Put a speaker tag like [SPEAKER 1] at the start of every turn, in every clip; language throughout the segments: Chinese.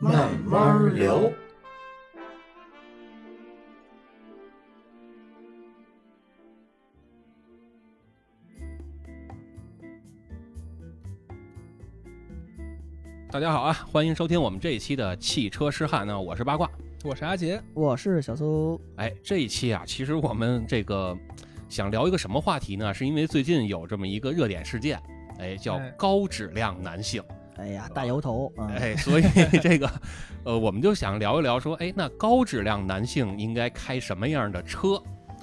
[SPEAKER 1] 慢慢聊。
[SPEAKER 2] 大家好啊，欢迎收听我们这一期的汽车痴汉呢，我是八卦。
[SPEAKER 3] 我是阿杰，
[SPEAKER 1] 我是小苏，
[SPEAKER 2] 哎，这一期啊，其实我们这个想聊一个什么话题呢？是因为最近有这么一个热点事件，哎，叫
[SPEAKER 3] 哎
[SPEAKER 2] 高质量男 性，
[SPEAKER 1] 哎呀，大油头啊！
[SPEAKER 2] 哎，所以这个呃，我们就想聊一聊说，哎，那高质量男性应该开什么样的车，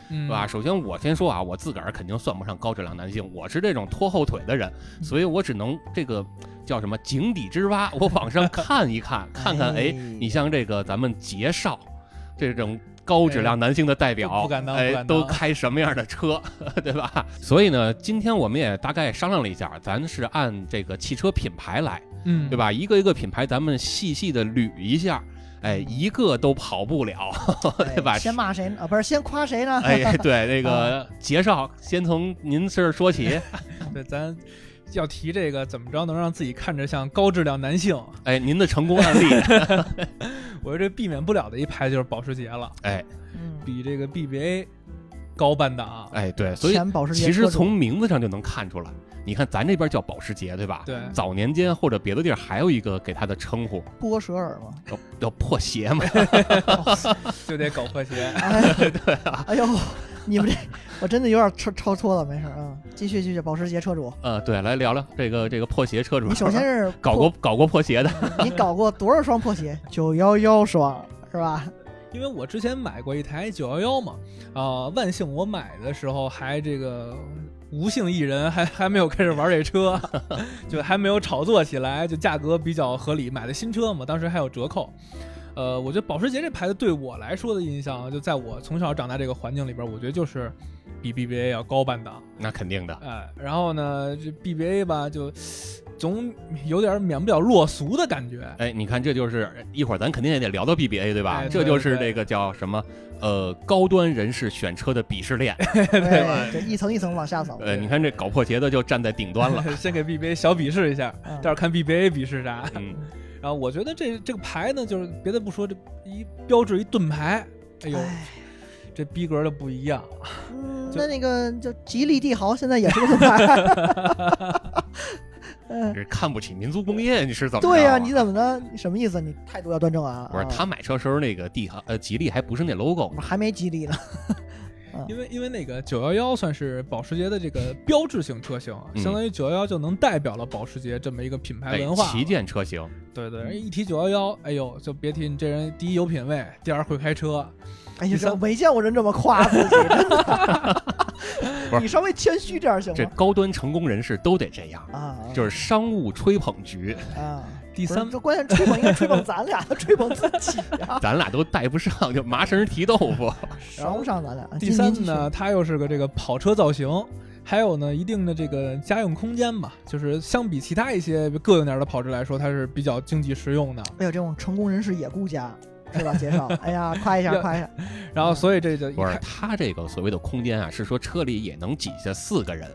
[SPEAKER 3] 嗯
[SPEAKER 2] 对吧？首先我先说啊，我自个儿肯定算不上高质量男性，我是这种拖后腿的人，
[SPEAKER 3] 嗯
[SPEAKER 2] 所以我只能这个叫什么井底之蛙，我往上看一看，看看哎，你像这个咱们杰少这种。高质量男性的代
[SPEAKER 3] 哎
[SPEAKER 2] 表，
[SPEAKER 3] 不敢当不
[SPEAKER 2] 哎，
[SPEAKER 3] 敢当
[SPEAKER 2] 都开什么样的车， 对吧？所以呢，今天我们也大概商量了一下，咱是按这个汽车品牌来，
[SPEAKER 3] 嗯，
[SPEAKER 2] 对
[SPEAKER 3] 吧？
[SPEAKER 2] 吧？一个一个品牌，咱们细细的捋一下，哎，一个都跑不了，
[SPEAKER 1] 哦
[SPEAKER 2] 对吧？
[SPEAKER 1] 哎先骂谁呢？啊，不是先夸谁 呢？
[SPEAKER 2] 哎，对，那
[SPEAKER 1] 啊
[SPEAKER 2] 个介绍，先从您这儿说 起。
[SPEAKER 3] 对，咱要提这个怎么着能让自己看着像高质量男性？
[SPEAKER 2] 哎，您的成功案例，
[SPEAKER 3] 我觉得这避免不了的一排就是保时捷了，
[SPEAKER 2] 哎
[SPEAKER 1] 嗯，
[SPEAKER 3] 比这个 BBA 高啊半档。
[SPEAKER 2] 哎， 对，所以
[SPEAKER 1] 前保时捷
[SPEAKER 2] 其实
[SPEAKER 1] 车主
[SPEAKER 2] 从名字上就能看出来。你看咱这边叫保时捷，对吧？
[SPEAKER 3] 对
[SPEAKER 2] 早年间或者别的地儿还有一个给它的称呼，
[SPEAKER 1] 波舍尔 嘛，。
[SPEAKER 2] 叫叫破鞋嘛。
[SPEAKER 3] 就得搞破鞋
[SPEAKER 1] 哎，哎呦，你们这我真的有点超超错了，没事儿啊，继续继续，保时捷车主，
[SPEAKER 2] 呃，对，来聊聊这个这个破鞋车主。
[SPEAKER 1] 你 首先 是
[SPEAKER 2] 搞过搞过破鞋的，
[SPEAKER 1] 破，你搞过多少双破 鞋？九幺幺双是吧？
[SPEAKER 3] 因为我之前买过一台九幺幺嘛，啊、万幸我买的时候还这个无幸一人还，还没有开始玩这车， 就还没有炒作起来，就价格比较合理，买的新车嘛，当时还有折扣。呃，我觉得保时捷这牌子对我来说的印象，就在我从小长大这个环境里边，我觉得就是比 BBA 要高半档。
[SPEAKER 2] 那肯定的。
[SPEAKER 3] 哎，然后呢，这 BBA 吧，就总有点免不了落俗的感觉。
[SPEAKER 2] 哎，你看，这就是一会儿咱肯定也得聊到 BBA，对吧？
[SPEAKER 3] 哎
[SPEAKER 2] 这
[SPEAKER 3] 对
[SPEAKER 2] 就是
[SPEAKER 3] 对
[SPEAKER 2] 这个叫什么？呃，高端人士选车的鄙视 链。
[SPEAKER 1] 对，就哎一层一层往下走。
[SPEAKER 2] 呃，你看这搞破鞋的就站在顶端了。
[SPEAKER 3] 先给 BBA 小鄙视一下，
[SPEAKER 1] 嗯
[SPEAKER 3] 待会儿看 BBA 鄙视啥。
[SPEAKER 2] 嗯，
[SPEAKER 3] 然后我觉得这这个牌呢，就是别的不说，这一标志一盾牌，哎呦，
[SPEAKER 1] 哎，
[SPEAKER 3] 这逼格的不一样。
[SPEAKER 1] 嗯，
[SPEAKER 3] 就
[SPEAKER 1] 那那个就吉利帝豪现在也是个盾牌，嗯，
[SPEAKER 2] 这看不起民族工业，你是怎么着啊？
[SPEAKER 1] 对呀，你怎么的？你什么意思？你态度要端正啊！
[SPEAKER 2] 不是
[SPEAKER 1] 啊
[SPEAKER 2] 他买车时候那个帝豪呃吉利还不是那 logo
[SPEAKER 1] 我还没吉利呢。 嗯
[SPEAKER 3] 因为因为那个九幺幺算是保时捷的这个标志性车型啊，
[SPEAKER 2] 嗯
[SPEAKER 3] 相当于九幺幺就能代表了保时捷这么一个品牌
[SPEAKER 2] 哎
[SPEAKER 3] 文化。啊
[SPEAKER 2] 旗舰嗯车型，
[SPEAKER 3] 对对，一提九幺幺，哎呦，就别提你这人，第一有品位，第二会开车，
[SPEAKER 1] 哎
[SPEAKER 3] 第
[SPEAKER 1] 呀，
[SPEAKER 3] 三
[SPEAKER 1] 我没见过人这么夸自己，真
[SPEAKER 2] 不
[SPEAKER 1] 的。
[SPEAKER 2] 是
[SPEAKER 1] 你稍微谦虚点儿行
[SPEAKER 2] 这
[SPEAKER 1] 吗？
[SPEAKER 2] 高端成功人士都得这样，
[SPEAKER 1] 啊，啊
[SPEAKER 2] 就是商务吹捧局，
[SPEAKER 1] 啊。
[SPEAKER 3] 第
[SPEAKER 1] 不
[SPEAKER 3] 三
[SPEAKER 1] 是这关键吹捧应该吹捧咱俩，吹捧自己啊，
[SPEAKER 2] 咱俩都带不上，就麻绳提豆腐。
[SPEAKER 1] 上不上咱俩？
[SPEAKER 3] 第三呢，它又是个这个跑车造型，还有呢一定的这个家用空间吧，就是相比其他一些个性点的跑车来说，它是比较经济实用的。
[SPEAKER 1] 哎呦，这种成功人士也顾家是吧？介绍，哎呀，夸一下，
[SPEAKER 3] 要
[SPEAKER 1] 夸一下，
[SPEAKER 3] 然后所以这就一
[SPEAKER 2] 不是
[SPEAKER 3] 看，
[SPEAKER 2] 他这个所谓的空间啊，是说车里也能挤下四个人，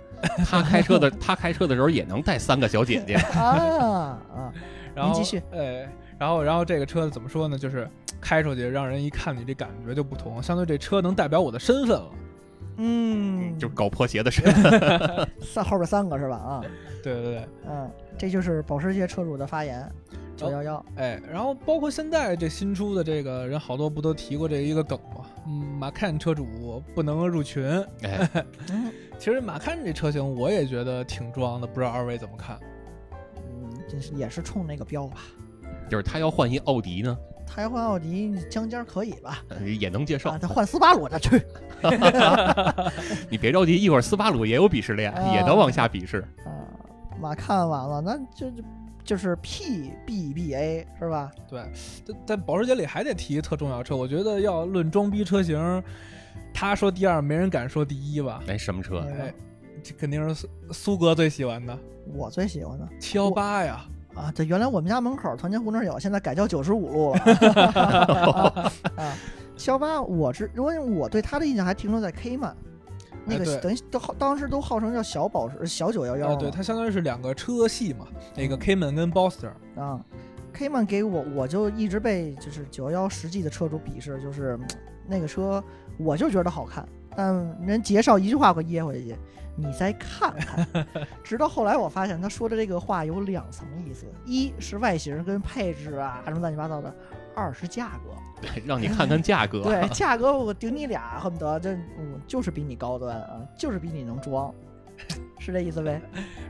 [SPEAKER 2] 他开车的他开车的时候也能带三个小姐姐。
[SPEAKER 1] 啊啊，
[SPEAKER 3] 然后
[SPEAKER 1] 您继续，
[SPEAKER 3] 哎，然后然后这个车怎么说呢？就是开出去让人一看你这感觉就不同，相对这车能代表我的身份了。
[SPEAKER 1] 嗯，
[SPEAKER 2] 就搞破鞋的身份，
[SPEAKER 1] 三后边三个是吧？啊，
[SPEAKER 3] 对对对，
[SPEAKER 1] 嗯，这就是保时捷车主的发言，九幺幺，
[SPEAKER 3] 哎，然后包括现在这新出的这个人，好多不都提过这一个梗吗？嗯，马看车主不能入群。
[SPEAKER 2] 哎，
[SPEAKER 1] 嗯
[SPEAKER 3] 其实马看这车型我也觉得挺装的，不知道二位怎么看？
[SPEAKER 1] 嗯，这是也是冲那个标吧。
[SPEAKER 2] 就是他要换一奥迪呢，
[SPEAKER 1] 他换奥迪江尖儿可以吧？
[SPEAKER 2] 呃也能接受
[SPEAKER 1] 啊，。他换斯巴鲁的 去，
[SPEAKER 2] 你别着急，一会儿斯巴鲁也有鄙视链，
[SPEAKER 1] 啊
[SPEAKER 2] 也能往下鄙视。
[SPEAKER 1] 啊，马看完了，那就就是 P B B A 是吧？
[SPEAKER 3] 但但保时捷里还得提一特重要车，我觉得要论装逼车型，他说第二，没人敢说第一吧？
[SPEAKER 2] 哎，什么车？
[SPEAKER 1] 那个
[SPEAKER 3] 哎，这肯定是苏苏哥最喜欢的
[SPEAKER 1] 我最喜欢的
[SPEAKER 3] 七幺八呀。
[SPEAKER 1] 啊，对，原来我们家门口团结湖那儿有，现在改叫九十五路 了。啊，肖八，我知，因为我对他的印象还停留在 K 嘛，那
[SPEAKER 3] 哎
[SPEAKER 1] 个
[SPEAKER 3] 对
[SPEAKER 1] 等于都号当时都号称叫小宝石、小九幺幺
[SPEAKER 3] 啊，对，它相当于是两个车系嘛，那
[SPEAKER 1] 嗯
[SPEAKER 3] 个 Cayman 跟 Boxster，
[SPEAKER 1] 啊，Kman 给我，我就一直被就是九幺幺实际的车主鄙视，就是嗯那个车我就觉得好看，但人介绍一句话给我噎回去，你再看看。直到后来我发现他说的这个话有两层意思，一是外形跟配置啊什么乱七八糟的，二是价格。
[SPEAKER 2] 对， 让你看看价格。啊
[SPEAKER 1] 对，价格我顶你俩，恨不得这嗯就是比你高端啊，就是比你能装，是这意思呗？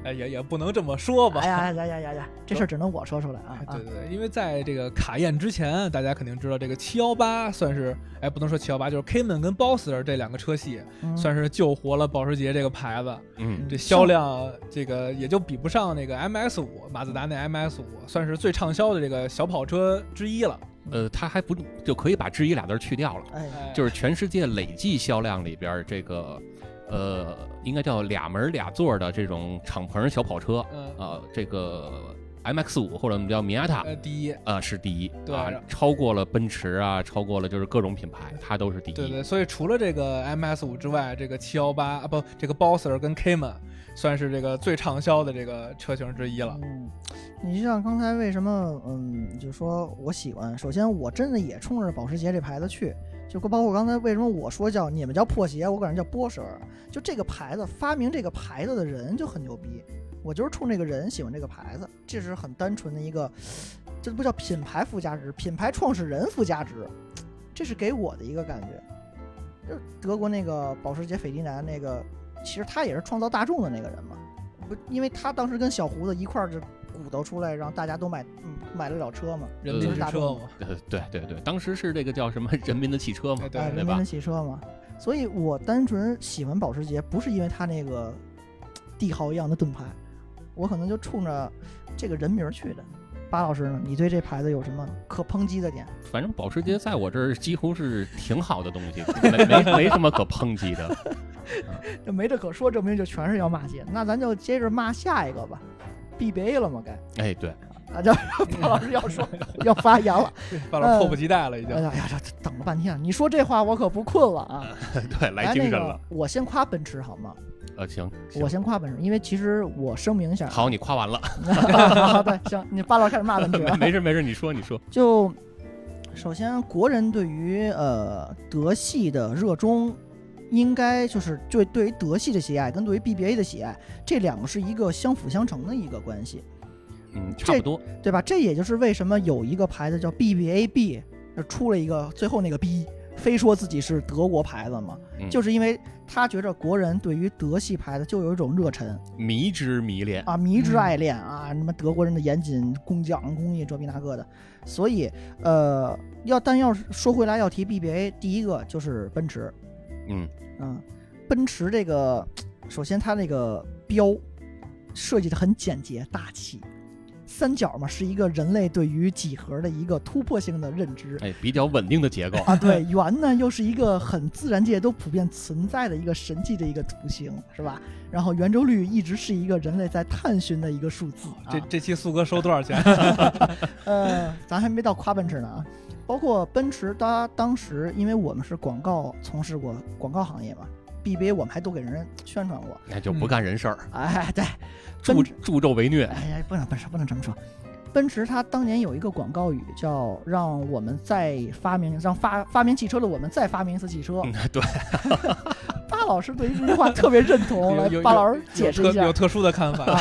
[SPEAKER 3] 哎，也也不能这么说吧。
[SPEAKER 1] 哎呀呀呀呀呀，这事儿只能我说出来啊！啊
[SPEAKER 3] 啊对对对，因为在这个卡宴之前，大家肯定知道这个七幺八算是，哎，不能说七幺八，就是 Cayman 跟 Boxster 这两个车系，
[SPEAKER 1] 嗯
[SPEAKER 3] 算是救活了保时捷这个牌子。
[SPEAKER 2] 嗯，
[SPEAKER 3] 这 销量这个也就比不上那个 MS 五，马自达那 MS 五，算是最畅销的这个小跑车之一了。
[SPEAKER 2] 呃，他还不就可以把“质疑”俩字儿去掉了。
[SPEAKER 1] 哎，
[SPEAKER 3] 哎
[SPEAKER 2] 就是全世界累计销量里边儿，这个呃，应该叫俩门儿俩座儿的这种敞篷小跑车，
[SPEAKER 3] 嗯
[SPEAKER 2] 啊，这个 MX 五或者我们叫米亚塔，
[SPEAKER 3] 呃第一，
[SPEAKER 2] 啊是第一，
[SPEAKER 3] 对
[SPEAKER 2] 啊，超过了奔驰啊，超过了就是各种品牌，它都是第一。
[SPEAKER 3] 对对，所以除了这个 MS 五之外，这个七幺八啊不，这个 Boxer 跟 Cayman 算是这个最畅销的这个车型之一了。
[SPEAKER 1] 嗯，你就像刚才为什么，嗯，就说我喜欢，首先我真的也冲着保时捷这牌子去，就包括刚才为什么我说叫你们叫破鞋，我管人叫波蛇，就这个牌子发明这个牌子的人就很牛逼，我就是冲这个人喜欢这个牌子，这是很单纯的一个，这不叫品牌附加值，品牌创始人附加值，这是给我的一个感觉。就德国那个保时捷斐迪南那个，其实他也是创造大众的那个人嘛。不，因为他当时跟小胡子一块儿就鼓捣出来，让大家都买，嗯，买得了车嘛，
[SPEAKER 3] 人民
[SPEAKER 1] 就是
[SPEAKER 3] 之
[SPEAKER 1] 大
[SPEAKER 3] 车
[SPEAKER 1] 众
[SPEAKER 3] 嘛，
[SPEAKER 2] 呃对对对，当时是这个叫什么人民的汽车嘛
[SPEAKER 3] 哎，
[SPEAKER 1] 哎，
[SPEAKER 3] 对
[SPEAKER 1] 人民
[SPEAKER 2] 吧
[SPEAKER 1] 的？汽车嘛。所以我单纯喜欢保时捷，不是因为它那个帝豪一样的盾牌，我可能就冲着这个人名儿去的。巴老师呢？你对这牌子有什么可抨击的点？
[SPEAKER 2] 反正保时捷在我这儿几乎是挺好的东西，没没没什么可抨击的。
[SPEAKER 1] 这没得可说，证明就全是要骂街。那咱就接着骂下一个吧，BBA 了吗？该
[SPEAKER 2] 哎，对，
[SPEAKER 1] 啊，这 巴老师要 说要发言了。
[SPEAKER 3] 巴老师迫不及待了，已经
[SPEAKER 1] 哎。呀呀，这等了半天，你说这话我可不困了 啊！
[SPEAKER 2] 对，来精神
[SPEAKER 1] 那
[SPEAKER 2] 了
[SPEAKER 1] 个。、我先夸奔驰好吗？
[SPEAKER 2] 呃，行，
[SPEAKER 1] 我
[SPEAKER 2] 行
[SPEAKER 1] 先夸奔驰，因为其实我声明一下，
[SPEAKER 2] 好，你夸 完了，。
[SPEAKER 1] 好，对，行，你巴老开始骂奔驰了
[SPEAKER 2] 没事没事，你说 你说。
[SPEAKER 1] 就首先，国人对于呃德系的热衷，应该就是对对于德系的喜爱跟对于 BBA 的喜爱，这两个是一个相辅相成的一个关系，
[SPEAKER 2] 嗯，差不多。
[SPEAKER 1] 对吧？这也就是为什么有一个牌子叫 BBAB，呃出了一个最后那个 B，非说自己是德国牌子嘛，
[SPEAKER 2] 嗯
[SPEAKER 1] 就是因为他觉着国人对于德系牌子就有一种热忱，
[SPEAKER 2] 迷之迷恋，
[SPEAKER 1] 啊，迷之爱恋啊，什么德国人的严谨、工匠、工艺，这逼那个的。所以，呃，要但要是说回来，要提 BBA，第一个就是奔驰，
[SPEAKER 2] 嗯，
[SPEAKER 1] 嗯，奔驰这个，首先它那个标设计的很简洁大气，三角嘛是一个人类对于几何的一个突破性的认知。
[SPEAKER 2] 哎，比较稳定的结构，
[SPEAKER 1] 啊，对，圆呢又是一个很自然界都普遍存在的一个神迹的一个图形，是吧？然后圆周率一直是一个人类在探寻的一个数字。啊。
[SPEAKER 3] 这这期苏哥收多 少钱？嗯
[SPEAKER 1] 呃，咱还没到夸奔驰呢啊。包括奔驰，它当时因为我们是广告从事过广告行业嘛，BBA 我们还都给人宣传过。
[SPEAKER 2] 那就不干人事儿，
[SPEAKER 1] 哎，对，
[SPEAKER 2] 助
[SPEAKER 1] 奔
[SPEAKER 2] 助纣为虐。
[SPEAKER 1] 哎呀，不能不能不能这么说。奔驰它当年有一个广告语叫“让我们再发明，让发发明汽车的我们再发明一次汽车
[SPEAKER 2] 嗯，对，”。
[SPEAKER 1] 巴老师对于这句话特别认同，来
[SPEAKER 3] 有有
[SPEAKER 1] 巴老师解
[SPEAKER 3] 有
[SPEAKER 1] 释一
[SPEAKER 3] 特
[SPEAKER 1] 下
[SPEAKER 3] 有。特殊的看法。
[SPEAKER 1] 啊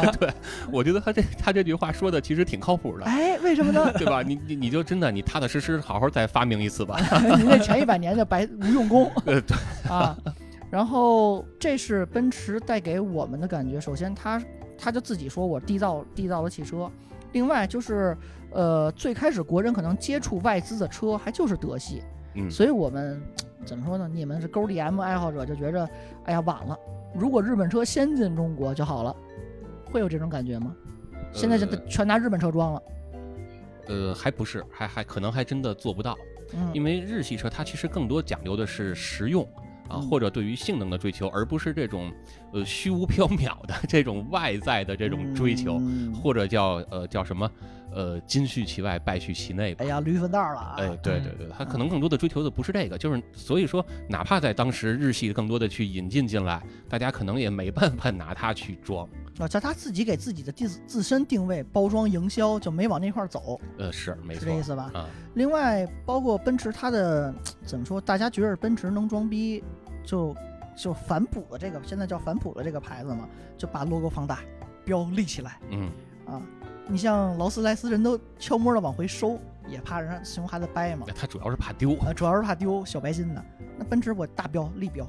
[SPEAKER 2] 我觉得他这他这句话说的其实挺靠谱的，
[SPEAKER 1] 哎，为什么 呢？
[SPEAKER 2] 对吧？你你你就真的你踏踏实实好好再发明一次吧。
[SPEAKER 1] 您这前一百年的白无用功
[SPEAKER 2] 呃对
[SPEAKER 1] 啊。然后这是奔驰带给我们的感觉。首先它，他就自己说我缔造缔造了汽车。另外就是，呃，最开始国人可能接触外资的车还就是德系，
[SPEAKER 2] 嗯
[SPEAKER 1] 所以我们怎么说呢？你们是勾 DM 爱好者就觉着，哎呀晚了。如果日本车先进中国就好了，会有这种感觉吗？现在就全拿日本车装了。
[SPEAKER 2] 呃，还不是，还还可能还真的做不到，
[SPEAKER 1] 嗯，
[SPEAKER 2] 因为日系车它其实更多讲究的是实用啊，
[SPEAKER 1] 嗯
[SPEAKER 2] 或者对于性能的追求，而不是这种呃虚无缥缈的这种外在的这种追求，
[SPEAKER 1] 嗯
[SPEAKER 2] 或者叫呃叫什么呃金絮其外败絮其内吧
[SPEAKER 1] 哎。呀，驴粪蛋儿了啊！
[SPEAKER 2] 哎，对对对，他可能更多的追求的不是这个，就是所以说，哪怕在当时日系更多的去引进进来，大家可能也没办法拿它去装。
[SPEAKER 1] 啊，叫他自己给自己的自自身定位、包装、营销，就没往那块儿走，
[SPEAKER 2] 呃，是没
[SPEAKER 1] 是
[SPEAKER 2] 错，
[SPEAKER 1] 这意思吧？
[SPEAKER 2] 啊，
[SPEAKER 1] 另外，包括奔驰，它的怎么说？大家觉得奔驰能装逼，就就反哺的这个，现在叫反哺的这个牌子嘛，就把 logo 放大，标立起来
[SPEAKER 2] 嗯，
[SPEAKER 1] 啊。你像劳斯莱斯，人都悄摸的往回收，也怕人家熊孩子掰嘛。
[SPEAKER 2] 他主要是怕丢。
[SPEAKER 1] 啊，主要是怕丢小白金的。那奔驰我大标立标，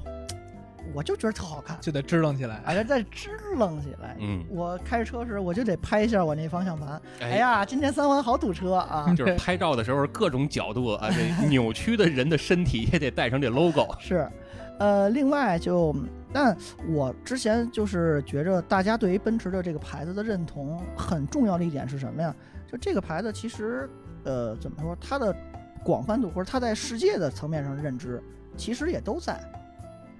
[SPEAKER 1] 我就觉得特好看，
[SPEAKER 3] 就得支棱起来。
[SPEAKER 1] 哎呀，再支棱起来。
[SPEAKER 2] 嗯，
[SPEAKER 1] 我开车时我就得拍一下我那方向盘，哎
[SPEAKER 2] 哎，
[SPEAKER 1] 呀，今天三环好堵车啊！
[SPEAKER 2] 就是拍照的时候各种角度 啊，这扭曲的人的身体也得带上这 logo。
[SPEAKER 1] 是，呃，另外就，但我之前就是觉着大家对于奔驰的这个牌子的认同很重要的一点是什么呀？就这个牌子其实，呃，怎么说，它的广泛度或者它在世界的层面上的认知，其实也都在。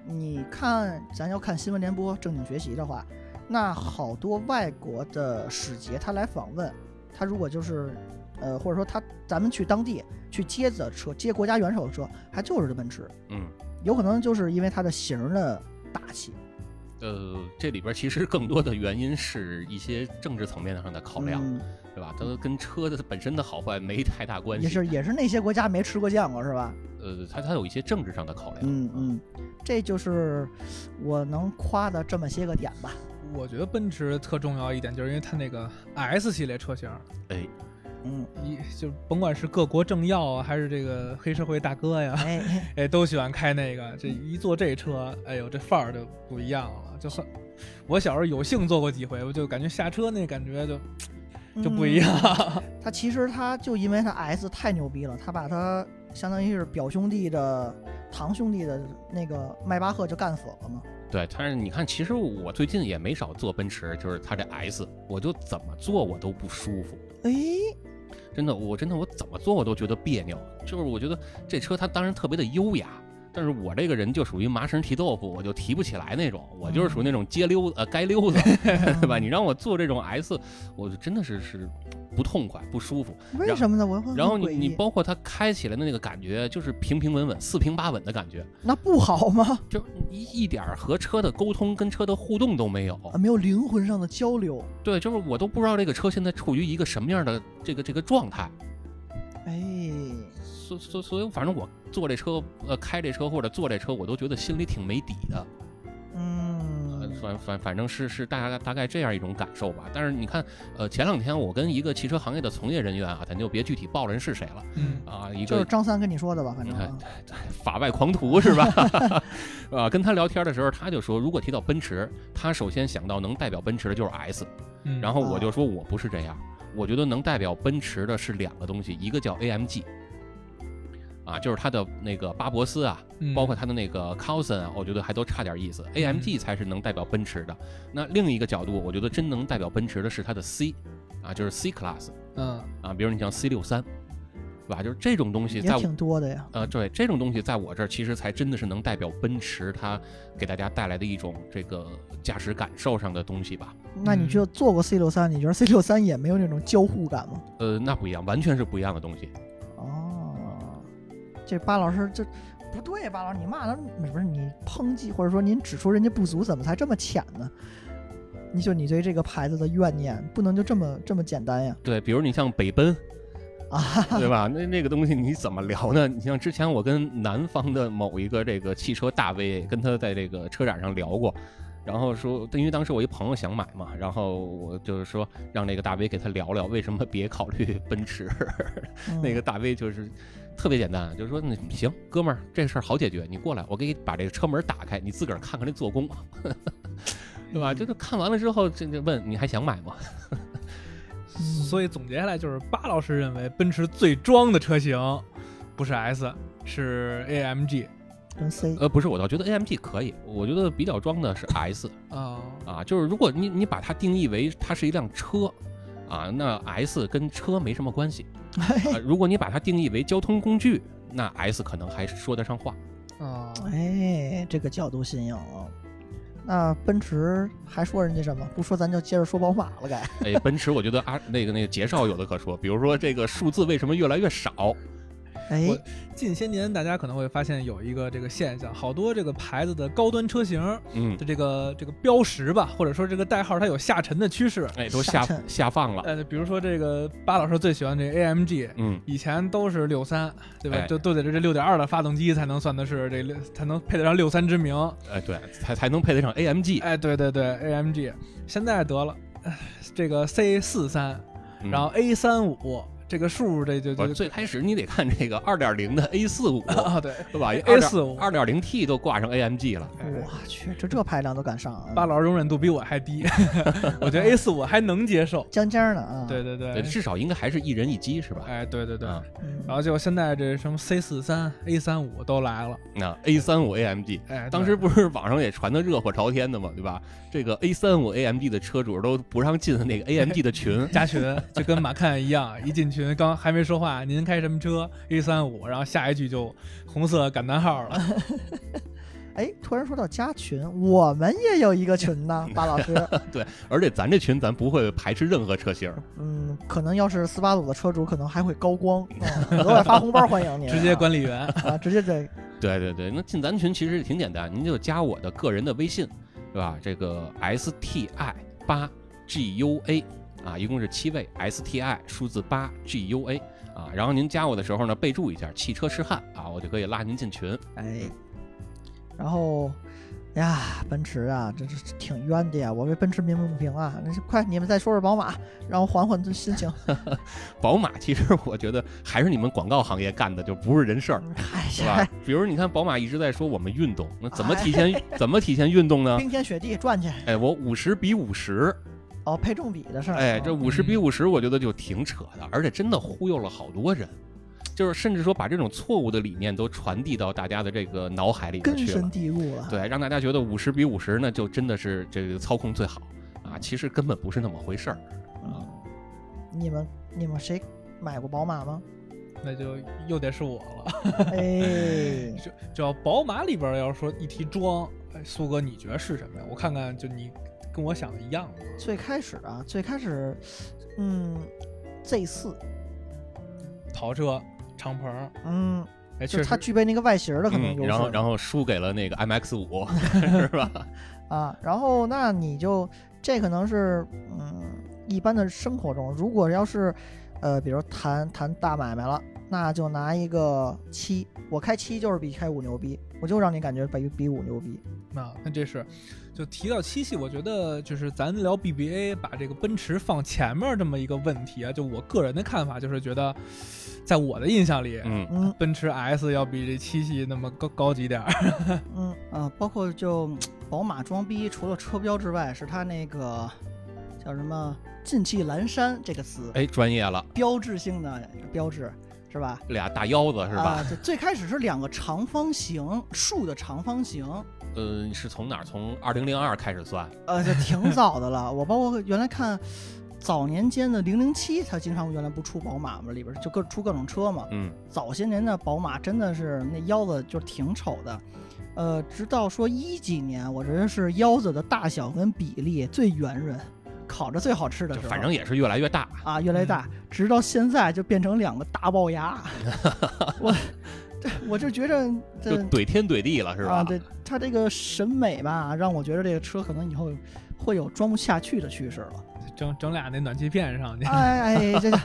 [SPEAKER 1] 你看，咱要看新闻联播正经学习的话，那好多外国的使节他来访问，他如果就是，呃，或者说他咱们去当地去接的车，接国家元首的车，还就是这奔驰。
[SPEAKER 2] 嗯，
[SPEAKER 1] 有可能就是因为它的型儿的大气
[SPEAKER 2] 呃，这里边其实更多的原因是一些政治层面上的考量，
[SPEAKER 1] 嗯
[SPEAKER 2] 对吧？它跟车的本身的好坏没太大关系。
[SPEAKER 1] 也是也是那些国家没吃过见过是吧？
[SPEAKER 2] 呃，它它有一些政治上的考量。
[SPEAKER 1] 嗯嗯，这就是我能夸的这么些个点吧。
[SPEAKER 3] 我觉得奔驰特重要一点，就是因为它那个 S 系列车型，
[SPEAKER 2] 哎，
[SPEAKER 1] 嗯，
[SPEAKER 3] 一就甭管是各国政要啊，还是这个黑社会大哥呀，
[SPEAKER 1] 哎，
[SPEAKER 3] 哎，都喜欢开那个。这一坐这车，哎呦，这范儿就不一样了，就很。我小时候有幸坐过几回，我就感觉下车那感觉就就不一样。
[SPEAKER 1] 嗯。它其实它就因为它 S 太牛逼了，它把它相当于是表兄弟的堂兄弟的那个迈巴赫就干死了嘛。
[SPEAKER 2] 对，但是你看，其实我最近也没少坐奔驰，就是它这 S，我就怎么坐我都不舒服。
[SPEAKER 1] 哎，
[SPEAKER 2] 真的，我真的我怎么坐我都觉得别扭。就是我觉得这车它当然特别的优雅，但是我这个人就属于麻绳提豆腐，我就提不起来那种，我就是属于那种街溜呃街溜子，
[SPEAKER 1] 嗯
[SPEAKER 2] 对吧？你让我坐这种 S，我就真的是是不痛快不舒服。
[SPEAKER 1] 为什么呢？我很
[SPEAKER 2] 然后你
[SPEAKER 1] 诡
[SPEAKER 2] 你
[SPEAKER 1] 异
[SPEAKER 2] 包括它开起来的那个感觉，就是平平稳稳四平八稳的感觉，
[SPEAKER 1] 那不好吗？
[SPEAKER 2] 就一一点儿和车的沟通跟车的互动都没有。
[SPEAKER 1] 啊，没有灵魂上的交流。
[SPEAKER 2] 对，就是我都不知道这个车现在处于一个什么样的这个这个状态。
[SPEAKER 1] 哎，
[SPEAKER 2] 所所所以，反正我坐这车，呃，开这车或者坐这车，我都觉得心里挺没底的。呃
[SPEAKER 1] 嗯，
[SPEAKER 2] 反反反正是是大概大概这样一种感受吧。但是你看，呃，前两天我跟一个汽车行业的从业人员啊，咱就别具体报人是谁了
[SPEAKER 3] 嗯，
[SPEAKER 2] 啊，一
[SPEAKER 1] 就是
[SPEAKER 2] 个
[SPEAKER 1] 张三跟你说的吧，反正
[SPEAKER 2] 哎
[SPEAKER 1] 啊。
[SPEAKER 2] 法外狂徒是吧？ 啊，跟他聊天的时候，他就说，如果提到奔驰，他首先想到能代表奔驰的就是 S。
[SPEAKER 3] 嗯
[SPEAKER 2] 然后我就说我不是这样，我觉得能代表奔驰的是两个东西，一个叫 AMG，啊，就是它的那个巴博斯啊，
[SPEAKER 3] 嗯
[SPEAKER 2] 包括它的那个 Cousin 啊，我觉得还都差点意思。AMG
[SPEAKER 1] 嗯
[SPEAKER 2] 才是能代表奔驰的。那另一个角度，我觉得真能代表奔驰的是它的 C，啊，就是 C Class
[SPEAKER 3] 嗯
[SPEAKER 2] 啊，比如你像 C 六三，对吧？就是这种东西
[SPEAKER 1] 也
[SPEAKER 2] 在我。
[SPEAKER 1] 挺多的呀。
[SPEAKER 2] 呃，对这种东西，在我这儿其实才真的是能代表奔驰它给大家带来的一种这个驾驶感受上的东西吧。
[SPEAKER 1] 那你就坐过 C 六三，你觉得 C 六三也没有那种交互感吗？
[SPEAKER 2] 呃，那不一样，完全是不一样的东西。
[SPEAKER 1] 哦，这巴老师这不对，巴老师你骂他不是你抨击，或者说您指出人家不足，怎么才这么浅呢？你就你对这个牌子的怨念，不能就这么这么简单呀！
[SPEAKER 2] 对，比如你像北奔，
[SPEAKER 1] 啊，
[SPEAKER 2] 对吧？那那个东西你怎么聊呢？你像之前我跟南方的某一个这个汽车大 V，跟他在这个车展上聊过，然后说，因为当时我一朋友想买嘛，然后我就是说让那个大 V 给他聊聊为什么别考虑奔驰。 那
[SPEAKER 1] 嗯
[SPEAKER 2] 个大 V 就是特别简单，就是说那行，哥们儿，这事儿好解决，你过来，我给你把这个车门打开，你自个儿看看这做工，
[SPEAKER 1] 嗯
[SPEAKER 2] 对吧？就是看完了之后，这这问你还想买吗？
[SPEAKER 3] 所以总结下来就是，巴老师认为奔驰最装的车型不是 S，是 AMG
[SPEAKER 1] 跟 C
[SPEAKER 2] 呃，不是，我倒觉得 AMG 可以，我觉得比较装的是 S。
[SPEAKER 3] 啊、
[SPEAKER 2] 啊，就是如果你你把它定义为它是一辆车，啊，那 S 跟车没什么关系啊
[SPEAKER 1] 哎。
[SPEAKER 2] 如果你把它定义为交通工具，那 S 可能还是说得上话。
[SPEAKER 3] 啊，
[SPEAKER 1] 哎，这个角度新颖啊。那奔驰还说人家什么？不说咱就接着说宝马了，该。
[SPEAKER 2] 哎，奔驰，我觉得啊，那个那个介绍有的可说，比如说这个数字为什么越来越少？
[SPEAKER 1] 哎，
[SPEAKER 3] 我近些年大家可能会发现有一个这个现象，好多这个牌子的高端车型
[SPEAKER 2] 嗯，
[SPEAKER 3] 的这个这个标识吧，或者说这个代号，它有下沉的趋势。
[SPEAKER 2] 哎，都
[SPEAKER 1] 下
[SPEAKER 2] 下
[SPEAKER 1] 沉
[SPEAKER 2] 下放了。
[SPEAKER 3] 呃，比如说这个巴老师最喜欢这 AMG，
[SPEAKER 2] 嗯，
[SPEAKER 3] 以前都是六三，对吧？
[SPEAKER 2] 哎
[SPEAKER 3] 都都得是这六点二的发动机才能算的是这六，才能配得上六三之名。
[SPEAKER 2] 哎，对，才才能配得上 AMG。
[SPEAKER 3] 哎，对对对，AMG，现在得了，哎这个 C 四三，
[SPEAKER 2] 嗯
[SPEAKER 3] 然后 A 三五，这个数这就
[SPEAKER 2] 不，
[SPEAKER 3] 就是
[SPEAKER 2] 最开始你得看这个二点零的 A 四五，
[SPEAKER 3] 啊， 对，
[SPEAKER 2] 对吧
[SPEAKER 3] A45
[SPEAKER 2] 二点零 T 都挂上 AMG 了。
[SPEAKER 1] 我去，这这排量都敢上
[SPEAKER 3] 巴
[SPEAKER 1] 啊，
[SPEAKER 3] 老师容忍度比我还低， 我觉得 A 四五还能接受。
[SPEAKER 1] 将将的啊。
[SPEAKER 3] 对，对对
[SPEAKER 2] 对，，呃至少应该还是一人一机是吧？
[SPEAKER 3] 嗯哎，对对对。
[SPEAKER 2] 啊
[SPEAKER 1] 嗯
[SPEAKER 3] 然后结果现在这什么 C 四三、A 三五都来了，
[SPEAKER 2] 那 A 三五 AMG，
[SPEAKER 3] 哎，对
[SPEAKER 2] 当时不是网上也传的热火朝天的嘛，对吧？这个 A 三五 AMG 的车主都不让进
[SPEAKER 3] ，
[SPEAKER 2] 那个 AMG 的群
[SPEAKER 3] 加群就跟马看 一样，一进群刚还没说话，您开什么车？A 三五，然后下一句就红色感叹号 了。
[SPEAKER 1] 哎，突然说到加群，我们也有一个群呢，巴老 师。
[SPEAKER 2] 而且咱这群咱不会排斥任何车型，
[SPEAKER 1] 嗯，可能要是斯巴鲁的车主，可能还会高光，嗯额外发红包欢迎 您啊，
[SPEAKER 3] 直接管理员，
[SPEAKER 1] 啊，直接对，
[SPEAKER 2] 对对对，那进咱群其实挺简单，您就加我的个人的微信，对吧？这个 S T I 八 G U A 啊，一共是七位 S T I 数字八 G U A 啊，然后您加我的时候呢，备注一下“汽车痴汉”啊，我就可以拉您进群。
[SPEAKER 1] 哎，然后。呀，奔驰啊，这这这挺冤的呀！我为奔驰鸣不平啊！那就快，你们再说说宝马，让我缓缓这心 情。
[SPEAKER 2] 宝马 其实我觉得还是你们广告行业干的，就不是人 事儿。
[SPEAKER 1] 哎
[SPEAKER 2] 是吧
[SPEAKER 1] 呀，？
[SPEAKER 2] 比如你看，宝马一直在说我们运动，那 怎么体现 怎么体现运动呢？
[SPEAKER 1] 冰天雪地转去，
[SPEAKER 2] 哎，我五十比五十，
[SPEAKER 1] 哦，配重比的事儿。
[SPEAKER 2] 哎，
[SPEAKER 1] 嗯
[SPEAKER 2] 这五十比五十，我觉得就挺扯的，而且真的忽悠了好多人，就是甚至说把这种错误的理念都传递到大家的这个脑海里面
[SPEAKER 1] 根
[SPEAKER 2] 去
[SPEAKER 1] 深
[SPEAKER 2] 了，
[SPEAKER 1] 蒂固了。，
[SPEAKER 2] 对，让大家觉得五十比五十呢，就真的是这个操控最好啊，其实根本不是那么回事儿啊。
[SPEAKER 1] 嗯你们你们谁买过宝马吗？
[SPEAKER 3] 那就又得是我了。
[SPEAKER 1] 哎，
[SPEAKER 3] 只只要宝马里边要是说一提装，哎苏哥你觉得是什么呀？我看看，就你跟我想的一样吗？
[SPEAKER 1] 最开始啊，最开始，嗯，Z 四，
[SPEAKER 3] 跑车、敞篷，
[SPEAKER 1] 嗯，
[SPEAKER 3] 哎，确
[SPEAKER 1] 就它
[SPEAKER 3] 实，
[SPEAKER 1] 具备那个外形的可能
[SPEAKER 2] 嗯，
[SPEAKER 1] 优势。
[SPEAKER 2] 然后然后输给了那个 MX 五， 是吧？
[SPEAKER 1] 啊，然后那你就这可能是嗯，一般的生活中，如果要是呃，比如谈谈大买卖了，那就拿一个七，我开七就是比开五牛逼，我就让你感觉比比五牛逼。
[SPEAKER 3] 啊，那这是，就提到七系，我觉得就是咱聊 BBA，把这个奔驰放前面这么一个问题啊，就我个人的看法就是觉得，在我的印象里，
[SPEAKER 2] 嗯，
[SPEAKER 1] 嗯
[SPEAKER 3] 奔驰 S 要比这七系那么高高级点儿。
[SPEAKER 1] 嗯啊，包括就宝马装逼，除了车标之外，是它那个叫什么“进气阑珊”这个词，
[SPEAKER 2] 哎，专业了，
[SPEAKER 1] 标志性的标志是吧？
[SPEAKER 2] 俩大腰子是吧？
[SPEAKER 1] 啊，对，最开始是两个长方形，竖的长方形，
[SPEAKER 2] 呃，你是从哪儿？从二零零二开始算？
[SPEAKER 1] 呃，这挺 早的了。我包括原来看早年间的零零七，它经常原来不出宝马嘛，里边就各出各种车嘛。
[SPEAKER 2] 嗯，
[SPEAKER 1] 早些年的宝马真的是那腰子就是挺丑的，呃，直到说一几年，我觉得是腰子的大小跟比例最圆润，烤着最好吃的
[SPEAKER 2] 就
[SPEAKER 1] 时候，
[SPEAKER 2] 反正也是越来越大。
[SPEAKER 1] 啊越来越
[SPEAKER 2] 嗯
[SPEAKER 1] 大，直到现在就变成两个大龅牙， 我这我就觉着这
[SPEAKER 2] 就怼天怼地了，是吧？
[SPEAKER 1] 啊，对它这个审美吧，让我觉得这个车可能以后会有装不下去的趋势了。
[SPEAKER 3] 整整俩那暖气片上去。呃
[SPEAKER 1] 哎哎，这个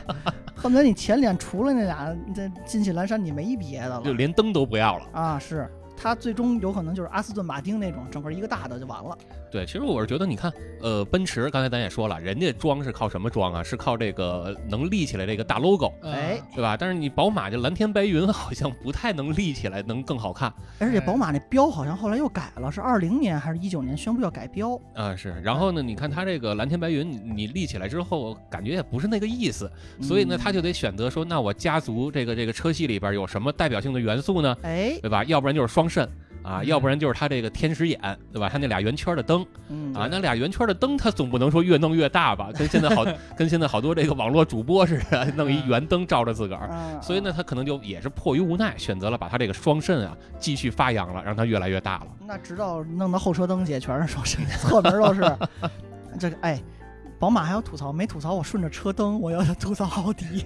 [SPEAKER 1] 恨不得你前脸除了那俩这进气阑珊，你没别的了。
[SPEAKER 2] 就连灯都不要了。
[SPEAKER 1] 啊，是它最终有可能就是阿斯顿马丁那种，整个一个大的就完了。
[SPEAKER 2] 对，其实我是觉得，你看，呃，奔驰刚才咱也说了，人家装是靠什么装啊？是靠这个能立起来这个大 logo，
[SPEAKER 3] 嗯
[SPEAKER 1] 哎
[SPEAKER 2] 对吧？但是你宝马这蓝天白云 好像不太能立起来，能更好看
[SPEAKER 1] 而且
[SPEAKER 3] 哎
[SPEAKER 1] 宝马那标好像后来又改了，是二零年还是一九年宣布要改标？
[SPEAKER 2] 啊、是。然后呢，你看它这个蓝天白云，你你立起来之后，感觉也不是那个意思，所以呢，
[SPEAKER 1] 嗯
[SPEAKER 2] 他就得选择说，那我家族这个这个车系里边有什么代表性的元素呢？
[SPEAKER 1] 哎，
[SPEAKER 2] 对吧？要不然就是双肾啊，要不然就是它这个天使眼，对吧？它那俩圆圈的灯
[SPEAKER 1] 嗯
[SPEAKER 2] 啊，那俩圆圈的灯，它总不能说越弄越大吧？跟 现在好，跟现在好多这个网络主播似的，弄一圆灯照着自个儿。
[SPEAKER 1] 嗯啊
[SPEAKER 2] 所以呢，，他可能就也是迫于无奈，选择了把他这个双肾啊继续发扬了，让它越来越大了。
[SPEAKER 1] 那直到弄到后车灯也全是 双肾，侧门都是。这个哎，宝马还要吐槽，没吐槽我顺着车灯，我要 吐槽奥迪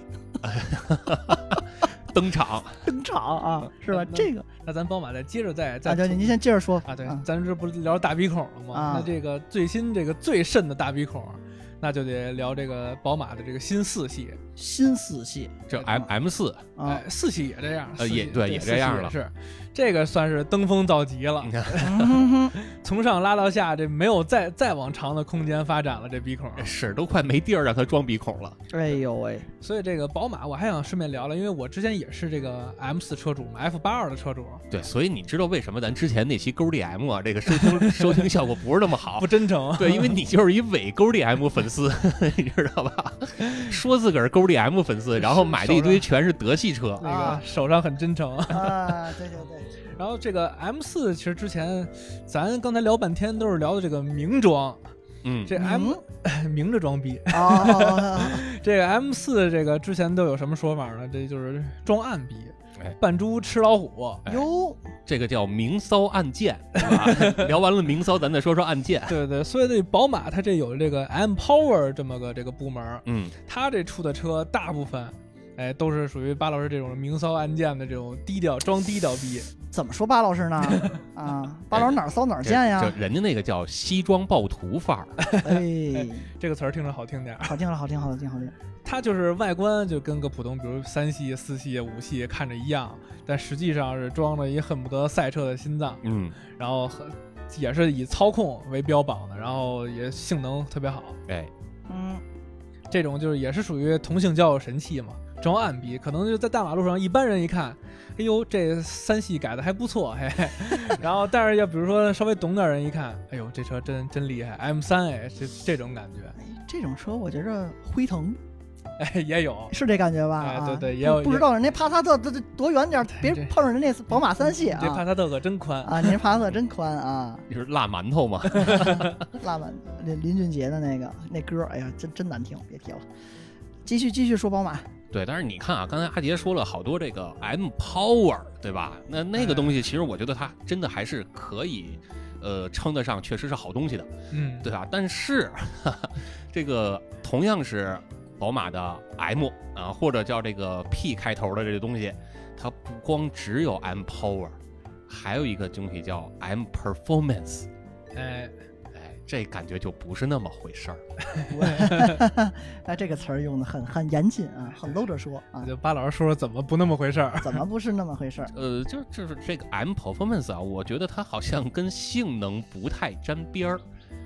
[SPEAKER 2] 登场，
[SPEAKER 1] 登场啊，是 吧？
[SPEAKER 3] 那
[SPEAKER 1] 这个
[SPEAKER 3] 那咱宝马再接着再再
[SPEAKER 1] 大
[SPEAKER 3] 吐
[SPEAKER 1] 姐，您先接着说
[SPEAKER 3] 啊，对，咱这不是聊大鼻孔了吗？
[SPEAKER 1] 啊
[SPEAKER 3] 那这个最新这个最甚的大鼻孔，那就得聊这个宝马的这个新四系。
[SPEAKER 1] 新四系
[SPEAKER 2] 这 M M 四
[SPEAKER 1] 啊
[SPEAKER 3] 哎，，四系也这样，
[SPEAKER 2] 呃
[SPEAKER 3] 四系
[SPEAKER 2] 也对也
[SPEAKER 3] 四系
[SPEAKER 2] 这样了
[SPEAKER 3] 是这个算是登峰造极了
[SPEAKER 2] 你，看
[SPEAKER 1] 嗯哼哼
[SPEAKER 3] 从上拉到下，这没有再再往长的空间发展了，这鼻孔。
[SPEAKER 2] 是都快没地儿让他装鼻孔了。
[SPEAKER 1] 哎呦喂，
[SPEAKER 3] 所以这个宝马，我还想顺便聊聊，因为我之前也是这个 M 四车主嘛，F 八二的车主，
[SPEAKER 2] 对，所以你知道为什么咱之前那期勾 DM 啊，这个收听 收听效果不是那么好
[SPEAKER 3] 不？真 诚。
[SPEAKER 2] 对，因为你就是一伪勾 DM 粉丝， 你知道吧？说自个儿勾 DM 粉丝，然后买了一堆全是德系车，
[SPEAKER 3] 那
[SPEAKER 1] 啊
[SPEAKER 3] 个手上很真诚，
[SPEAKER 1] 啊，对对 对，
[SPEAKER 3] 然后这个 M 四其实之前咱刚才聊半天都是聊的这个名装，
[SPEAKER 2] 嗯，
[SPEAKER 3] 这 M 明着装逼，
[SPEAKER 1] 啊哦哦哦
[SPEAKER 3] 这个 M 四这个之前都有什么说法呢？这就是装暗逼
[SPEAKER 2] 哎，
[SPEAKER 3] 扮猪吃老虎。
[SPEAKER 1] 哦哟，
[SPEAKER 2] 这个叫明骚暗箭，是吧聊完了明骚，咱再说说暗 箭。
[SPEAKER 3] 对对，所以这宝马它这有这个 M Power 这么个这个部门儿，
[SPEAKER 2] 嗯，
[SPEAKER 3] 它这出的车大部分，哎，都是属于巴老师这种明骚暗箭的这种低调装低调逼。
[SPEAKER 1] 怎么说巴老师呢？啊，巴老师哪儿骚哪儿
[SPEAKER 2] 这
[SPEAKER 1] 贱呀
[SPEAKER 2] 这？人家那个叫西装暴徒范儿，
[SPEAKER 1] 哎，
[SPEAKER 3] 这个词儿听着好听点儿，
[SPEAKER 1] 好听了，好听，好听，好听。
[SPEAKER 3] 它就是外观就跟个普通，比如三系、四系、五系看着一样，但实际上是装了一恨不得赛车的心脏。
[SPEAKER 2] 嗯，
[SPEAKER 3] 然后很也是以操控为标榜的，然后也性能特别好，
[SPEAKER 2] 哎，
[SPEAKER 1] 嗯，
[SPEAKER 3] 这种就是也是属于同性交友神器嘛，装暗比，可能就在大马路上，一般人一看，哎呦，这三系改的还不错，嘿， 嘿然后但是要比如说稍微懂点人一看，哎呦，这车真真厉害，M 三哎，这这种感觉，
[SPEAKER 1] 哎，这种车我觉着辉腾
[SPEAKER 3] 哎，也有，
[SPEAKER 1] 是这感觉吧？
[SPEAKER 3] 哎
[SPEAKER 1] 啊
[SPEAKER 3] 对对
[SPEAKER 1] 不
[SPEAKER 3] 也有
[SPEAKER 1] 不知道人家帕萨特这这多远点儿，别
[SPEAKER 3] 这
[SPEAKER 1] 碰上人家宝 马三系
[SPEAKER 3] 这帕
[SPEAKER 1] 啊！
[SPEAKER 3] 萨特可真宽，
[SPEAKER 1] 啊，您帕萨特真宽啊，
[SPEAKER 2] 就是辣馒头嘛。
[SPEAKER 1] 拉满林林俊杰的那个那歌儿，哎呀，真真难听，别提了。继续继续说宝马，
[SPEAKER 2] 对，但是你看啊，刚才阿杰说了好多这个 M Power，对吧？那那个东西，其实我觉得它真的还是可以，呃，称得上确实是好东西的，
[SPEAKER 3] 嗯，
[SPEAKER 2] 对吧？但是 哈哈，这个同样是宝马的 M 啊，或者叫这个 P 开头的这个东西，它不光只有 M Power，还有一个东西叫 M Performance，
[SPEAKER 3] 哎，
[SPEAKER 2] 哎，这感觉就不是那么回事儿。
[SPEAKER 1] 我哎，这个词儿用的很很严谨啊，很搂着说啊，
[SPEAKER 3] 就巴老师说说怎么不那么回事儿，
[SPEAKER 1] 怎么不是那么回事儿？
[SPEAKER 2] 呃，就就是这个 M performance 啊，我觉得它好像跟性能不太沾边儿。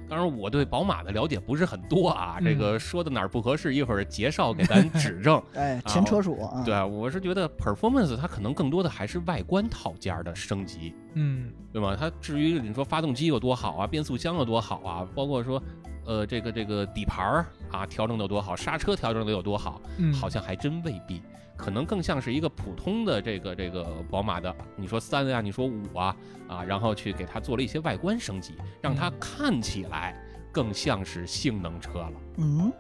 [SPEAKER 2] 当然，我对宝马的了解不是很多啊，这个说的哪儿不合适，一会儿杰少给咱指正。
[SPEAKER 1] 哎，
[SPEAKER 2] 啊
[SPEAKER 1] 前车主
[SPEAKER 3] 嗯
[SPEAKER 1] 啊，
[SPEAKER 2] 对，我是觉得 performance 它可能更多的还是外观套件儿的升级，
[SPEAKER 3] 嗯，
[SPEAKER 2] 对吗？它至于你说发动机有多好啊，变速箱有多好啊，包括说，呃，这个这个底盘儿啊调整的有多好，刹车调整的有多好，
[SPEAKER 3] 嗯
[SPEAKER 2] 好像还真未必，可能更像是一个普通的这个这个宝马的，你说三啊，你说五啊啊，然后去给它做了一些外观升级，让它
[SPEAKER 3] 嗯
[SPEAKER 2] 看起来更像是性能车了。
[SPEAKER 1] 嗯，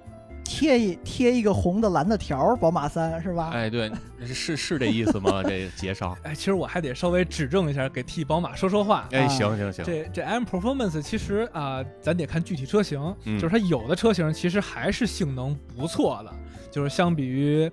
[SPEAKER 1] 贴一贴一个红的蓝的条儿，宝马三是
[SPEAKER 3] 啊
[SPEAKER 1] 吧？
[SPEAKER 2] 哎，对，是是这意思吗？这介 绍？
[SPEAKER 3] 哎，其实我还得稍微指正一下，给替宝马说说话，
[SPEAKER 2] 哎，
[SPEAKER 1] 啊
[SPEAKER 2] 行行行，
[SPEAKER 3] 这这 M Performance 其实啊、咱得看具体车型，
[SPEAKER 2] 嗯
[SPEAKER 3] 就是它有的车型其实还是性能不错的，就是相比于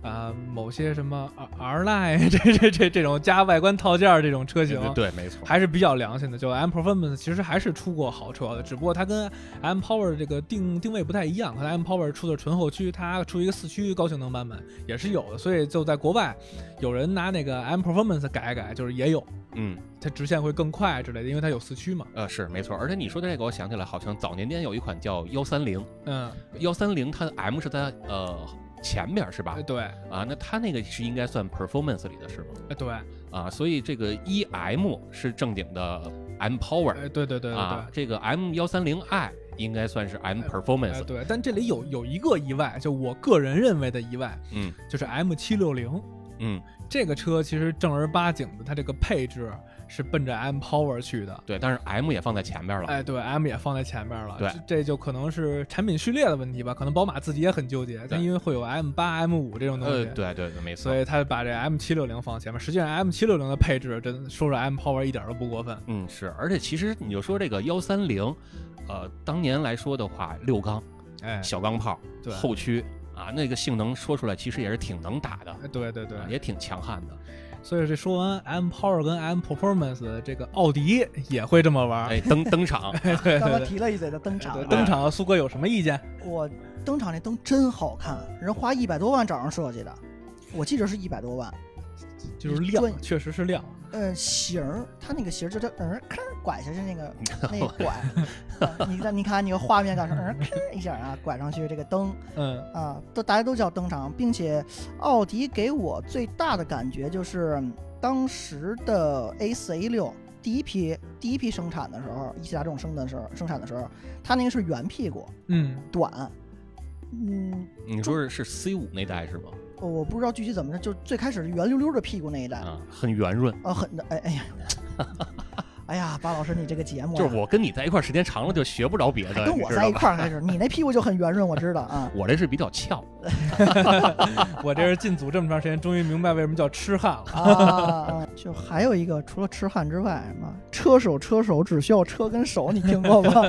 [SPEAKER 3] 啊、某些什么 R R Line 这这这这种加外观套件儿这种车型，
[SPEAKER 2] 嗯对对，没错，
[SPEAKER 3] 还是比较良心的。就 M Performance 其实还是出过好车的，只不过它跟 M Power 这个定定位不太一样，可能 M Power 出的纯后驱，它出一个四驱高性能版本也是有的，所以就在国外有人拿那个 M Performance 改一改，就是也有。
[SPEAKER 2] 嗯。
[SPEAKER 3] 它直线会更快之类的，因为它有四驱嘛。
[SPEAKER 2] 呃，是没错，而且你说的这个，我想起来，好像早年间有一款叫幺三零，
[SPEAKER 3] 嗯，
[SPEAKER 2] 幺三零它的 M 是在呃前面是吧
[SPEAKER 3] 哎？对，
[SPEAKER 2] 啊，那它那个是应该算 performance 里的是吗？
[SPEAKER 3] 哎对，
[SPEAKER 2] 啊，所以这个 E M 是正经的 M Power
[SPEAKER 3] 哎对对对对
[SPEAKER 2] 啊
[SPEAKER 3] 对，。
[SPEAKER 2] 这个 M 幺三零 i 应该算是 M
[SPEAKER 3] 哎
[SPEAKER 2] Performance，
[SPEAKER 3] 对，但这里有有一个意外，就我个人认为的意外，
[SPEAKER 2] 嗯
[SPEAKER 3] 就是 M 七六零
[SPEAKER 2] 嗯
[SPEAKER 3] 这个车其实正儿八经的，它这个配置是奔着 M Power 去的。
[SPEAKER 2] 对，但是 M 也放在前边了。
[SPEAKER 3] 哎，对，M 也放在前面了，
[SPEAKER 2] 对
[SPEAKER 3] 这，这就可能是产品序列的问题吧。可能宝马自己也很纠结，它
[SPEAKER 2] 对
[SPEAKER 3] 因为会有 M 八、M 五这种东
[SPEAKER 2] 呃，
[SPEAKER 3] 西，，
[SPEAKER 2] 对对对，没错
[SPEAKER 3] 所。以它把这 M 七六零放前面。实际上，M 七六零的配置真的说是 M Power 一点都不过分。
[SPEAKER 2] 嗯，是，而且其实你就说这个幺三零，呃，当年来说的话，六缸
[SPEAKER 3] 哎，
[SPEAKER 2] 小钢炮，
[SPEAKER 3] 对
[SPEAKER 2] 后驱啊，那个性能说出来其实也是挺能打的，
[SPEAKER 3] 对对对
[SPEAKER 2] 啊，也挺强悍的。
[SPEAKER 3] 所以这说完 M Power 跟 M Performance，这个奥迪也会这么玩
[SPEAKER 1] 啊
[SPEAKER 3] 儿。
[SPEAKER 2] 哎，登登场，
[SPEAKER 3] 对
[SPEAKER 1] 刚才
[SPEAKER 3] 对对
[SPEAKER 1] 提了一嘴的登场
[SPEAKER 3] 对，
[SPEAKER 1] 啊，
[SPEAKER 3] 登场，苏哥有什么意见？
[SPEAKER 1] 我登场那灯真好看，人花一百多万找上设计的，我记着是一百多万。
[SPEAKER 3] 就是
[SPEAKER 1] 专
[SPEAKER 3] 亮，确实是亮。
[SPEAKER 1] 呃，型儿，它那个型儿就叫嗯咔拐下去那个那拐，啊你看你看你个画面感是嗯咔一下啊拐上去这个灯
[SPEAKER 3] 嗯
[SPEAKER 1] 啊，都大家都叫登场，并且奥迪给我最大的感觉就是嗯当时的 A 四 A 六第一批第一批生产的时候，一汽大众生的时候生产的时候，它那个是圆屁股
[SPEAKER 3] 嗯，
[SPEAKER 1] 短，嗯，
[SPEAKER 2] 你说是是 C 五那代是吗？
[SPEAKER 1] 我不知道具体怎么着，就最开始是圆溜溜的屁股那一代，
[SPEAKER 2] 啊，很圆润。
[SPEAKER 1] 啊，很哎哎呀，哎呀，巴老师你这个节目啊、
[SPEAKER 2] 就是我跟你在一块儿时间长了，就学不着别的，
[SPEAKER 1] 还跟
[SPEAKER 2] 你
[SPEAKER 1] 我
[SPEAKER 2] 知
[SPEAKER 1] 在
[SPEAKER 2] 道
[SPEAKER 1] 一
[SPEAKER 2] 吧？。
[SPEAKER 1] 块儿开始，你那屁股就很圆润，我知道啊
[SPEAKER 2] 我这是比较翘，
[SPEAKER 1] 嗯
[SPEAKER 3] 我这是进组这么长时间，终于明白为什么叫痴汉了。
[SPEAKER 1] 啊，就还有一个，除了痴汉之外，什么车手车手只需要车跟手，你听过 吗？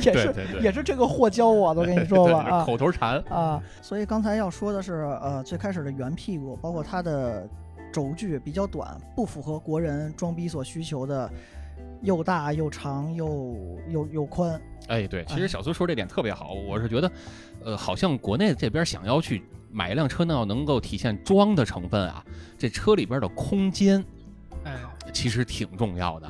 [SPEAKER 1] 也是
[SPEAKER 2] 对对对
[SPEAKER 1] 也是这个货教我都跟你说吧啊
[SPEAKER 2] 口头禅。
[SPEAKER 1] 啊！所以刚才要说的是，呃，最开始的圆屁股，包括它的轴距比较短，不符合国人装逼所需求的又大又长又又又宽，
[SPEAKER 2] 哎，
[SPEAKER 1] 啊
[SPEAKER 2] 对，其实小苏说这点特别好，我是觉得，呃，好像国内这边想要去买一辆车呢，要能够体现装的成分啊，这车里边的空间
[SPEAKER 3] 哎，
[SPEAKER 2] 其实挺重要的。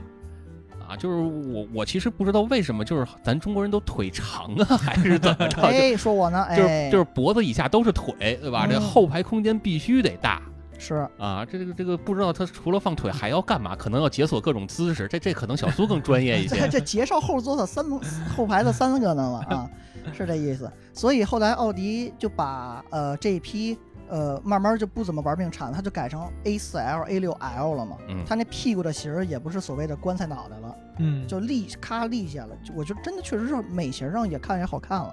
[SPEAKER 2] 啊，就是我，我其实不知道为什么，就是咱中国人都腿长啊， 还是怎么着？
[SPEAKER 1] 哎，说我呢，
[SPEAKER 2] 就就是
[SPEAKER 1] 哎，
[SPEAKER 2] 就是脖子以下都是腿，对吧？这
[SPEAKER 1] 嗯
[SPEAKER 2] 后排空间必须得大。
[SPEAKER 1] 是
[SPEAKER 2] 啊，这个这个不知道他除了放腿还要干嘛，可能要解锁各种姿势。这这可能小苏更专业一
[SPEAKER 1] 这
[SPEAKER 2] 些。
[SPEAKER 1] 这介绍后座的三 后排的三个呢嘛啊，是这意思。所以后来奥迪就把呃这一批呃慢慢就不怎么玩命产了，它就改成 A 4 L、A 6 L 了嘛。
[SPEAKER 2] 嗯
[SPEAKER 1] 它那屁股的型儿也不是所谓的棺材脑袋了，
[SPEAKER 3] 嗯，
[SPEAKER 1] 就立咔立下了。就我觉得真的确实是美型上也看也好看了。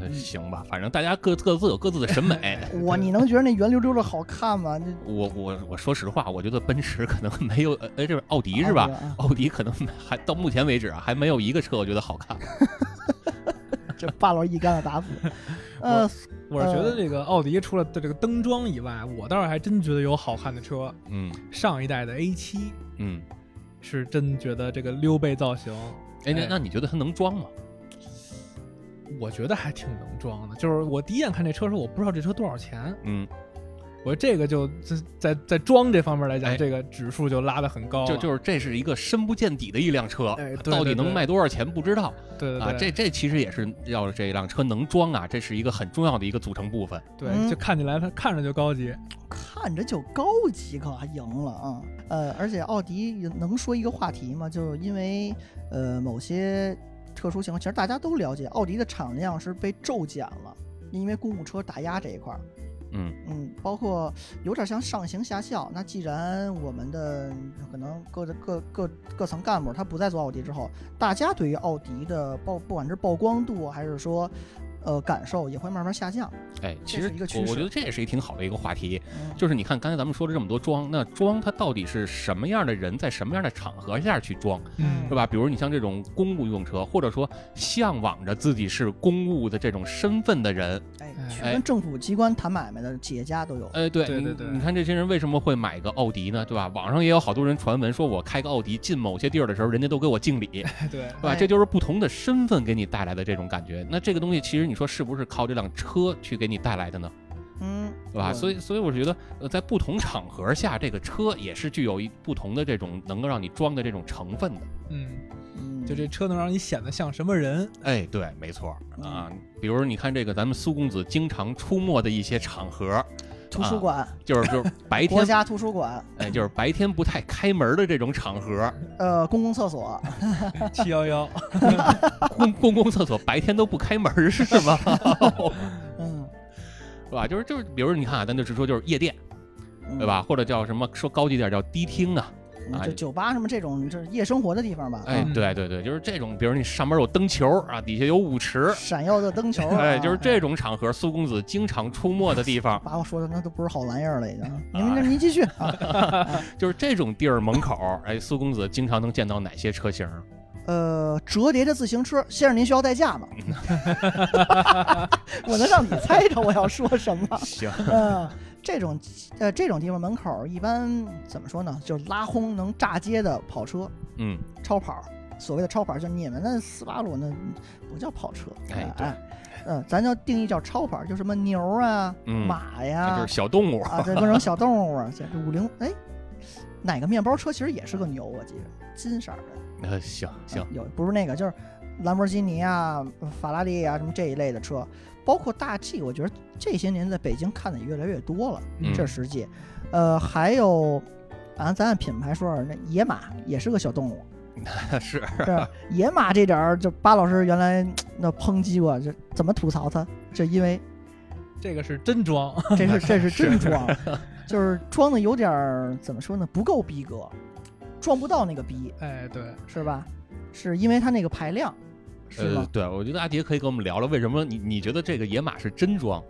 [SPEAKER 2] 呃行吧，反正大家各各自有各自的审美。
[SPEAKER 1] 我你能觉得那圆溜溜的好看吗？那
[SPEAKER 2] 我我我说实话，我觉得奔驰可能没有，呃哎，这是奥迪是吧？
[SPEAKER 1] 啊
[SPEAKER 2] 奥迪可能还到目前为止啊，还没有一个车我觉得好看。
[SPEAKER 1] 这霸老一竿子打死。呃，
[SPEAKER 3] 我是觉得这个奥迪除了这个灯装以外，我倒是还真觉得有好看的车。
[SPEAKER 2] 嗯
[SPEAKER 3] 上一代的 A 七
[SPEAKER 2] 嗯，
[SPEAKER 3] 是真觉得这个溜背造型，
[SPEAKER 2] 哎，那
[SPEAKER 3] 哎
[SPEAKER 2] 那你觉得它能装吗？
[SPEAKER 3] 我觉得还挺能装的。就是我第一眼看这车的时候，我不知道这车多少钱，
[SPEAKER 2] 嗯，
[SPEAKER 3] 我说这个就在在在装这方面来
[SPEAKER 2] 哎
[SPEAKER 3] 讲，这个指数就拉得很高了。
[SPEAKER 2] 就就是这是一个深不见底的一辆车，
[SPEAKER 3] 哦哎对
[SPEAKER 2] 到底
[SPEAKER 3] 对
[SPEAKER 2] 能
[SPEAKER 3] 对
[SPEAKER 2] 卖多少钱不知道
[SPEAKER 3] 对对
[SPEAKER 2] 啊。
[SPEAKER 3] 对，
[SPEAKER 2] 这这其实也是要这辆车能装啊，这是一个很重要的一个组成部分。
[SPEAKER 3] 对
[SPEAKER 1] 嗯
[SPEAKER 3] 就看起来它看着就高级。
[SPEAKER 1] 看着就高级，可还赢了啊！呃，而且奥迪也能说一个话题吗？就因为呃某些特殊情况，其实大家都了解，奥迪的产量是被骤减了，因为公务车打压这一块儿。
[SPEAKER 2] 嗯
[SPEAKER 1] 嗯，包括有点像上行下效。那既然我们的可能各各各各层干部他不再做奥迪之后，大家对于奥迪的曝不管是曝光度还是说呃感受也会慢慢下降。
[SPEAKER 2] 哎，其
[SPEAKER 1] 这
[SPEAKER 2] 实
[SPEAKER 1] 是一个趋
[SPEAKER 2] 我我
[SPEAKER 1] 势
[SPEAKER 2] 觉得这也是一挺好的一个话题，
[SPEAKER 1] 嗯，
[SPEAKER 2] 就是你看刚才咱们说了这么多装，那装它到底是什么样的人在什么样的场合下去装，
[SPEAKER 1] 嗯
[SPEAKER 2] 是吧？比如你像这种公务用车，或者说向往着自己是公务的这种身份的人，
[SPEAKER 1] 哎，
[SPEAKER 3] 哎
[SPEAKER 1] 去跟政府机关谈买卖的企业家都有。
[SPEAKER 2] 哎，对
[SPEAKER 3] 对对对
[SPEAKER 2] 你你看这些人为什么会买个奥迪呢？对吧？网上也有好多人传闻说，我开个奥迪进某些地儿的时候，人家都给我敬礼，
[SPEAKER 3] 对，
[SPEAKER 2] 对吧？
[SPEAKER 1] 哎
[SPEAKER 2] 这就是不同的身份给你带来的这种感觉。那这个东西其实你说是不是靠这辆车去给你带来的呢？
[SPEAKER 1] 嗯，
[SPEAKER 2] 对吧？
[SPEAKER 1] 我
[SPEAKER 2] 所以，所以我是觉得，呃，在不同场合下，这个车也是具有一不同的这种能够让你装的这种成分的。
[SPEAKER 3] 嗯，
[SPEAKER 1] 嗯
[SPEAKER 3] 就这车能让你显得像什么 人？
[SPEAKER 2] 哎，对，没错儿啊。比如你看这个咱们苏公子经常出没的一些场合，
[SPEAKER 1] 图
[SPEAKER 2] 啊
[SPEAKER 1] 书馆，
[SPEAKER 2] 就是就是白
[SPEAKER 1] 国
[SPEAKER 2] 天，
[SPEAKER 1] 家图书馆，
[SPEAKER 2] 哎，就是白天不太开门的这种场合，
[SPEAKER 1] 呃，公共厕
[SPEAKER 2] 啊
[SPEAKER 1] 所，
[SPEAKER 3] 七幺幺，
[SPEAKER 2] 公公共厕所白天都不开门是吗？
[SPEAKER 1] 嗯，
[SPEAKER 2] 是吧？就是就是，比如你看啊，咱就直说就是夜店，对吧？或者叫什么说高级点儿叫迪厅啊，
[SPEAKER 1] 嗯
[SPEAKER 2] 哎
[SPEAKER 1] 就酒吧什么这种，这夜生活的地方吧，
[SPEAKER 2] 哎
[SPEAKER 1] 啊，
[SPEAKER 2] 对对对，就是这种，比如你上面有灯球啊，底下有舞池，
[SPEAKER 1] 嗯闪耀的灯 球啊，
[SPEAKER 2] 哎，就是这种场合，苏公子经常出没的地方，
[SPEAKER 1] 把我说的那都不是好玩意儿了，已经。您您您继续 啊，
[SPEAKER 2] 就是这种地儿门口，哎，苏公子经常能见到哪些车型？
[SPEAKER 1] 呃，折叠的自行车，先生您需要代驾吗？ 我能让你猜着我要说什 么？
[SPEAKER 2] 行，
[SPEAKER 1] 嗯，这种呃这种地方门口一般怎么说呢？就是拉轰能炸街的跑车、
[SPEAKER 2] 嗯，
[SPEAKER 1] 超跑。所谓的超跑，就是你们那斯巴鲁那不叫跑车，
[SPEAKER 2] 哎对
[SPEAKER 1] 哎，嗯、咱要定义叫超跑，就什么牛啊、
[SPEAKER 2] 嗯
[SPEAKER 1] 马
[SPEAKER 2] 那
[SPEAKER 1] 呀
[SPEAKER 2] 就是、小动物，
[SPEAKER 1] 啊，这各种小动物啊，这五菱哎，哪个面包车其实也是个牛，我记着金色儿的，
[SPEAKER 2] 呃，行行
[SPEAKER 1] 啊，有不是那个，就是兰博基尼啊、法拉利啊什么这一类的车，包括大 G，我觉得这些年在北京看的也越来越多了，
[SPEAKER 2] 嗯
[SPEAKER 1] 这是实际。呃，还有，啊，咱按品牌说，那野马也是个小动物，
[SPEAKER 2] 是，
[SPEAKER 1] 是吧野马这点儿，就巴老师原来那抨击过，就怎么吐槽它，就因 为
[SPEAKER 3] 这个是真装，
[SPEAKER 1] 这是这是真
[SPEAKER 2] 是
[SPEAKER 1] 装，就是装的有点儿怎么说呢，不够逼格，装不到那个逼，
[SPEAKER 3] 哎，对，
[SPEAKER 1] 是吧？是因为它那个排量，是吗
[SPEAKER 2] 呃，？对，我觉得阿杰可以跟我们聊聊，为什么你你觉得这个野马是真装？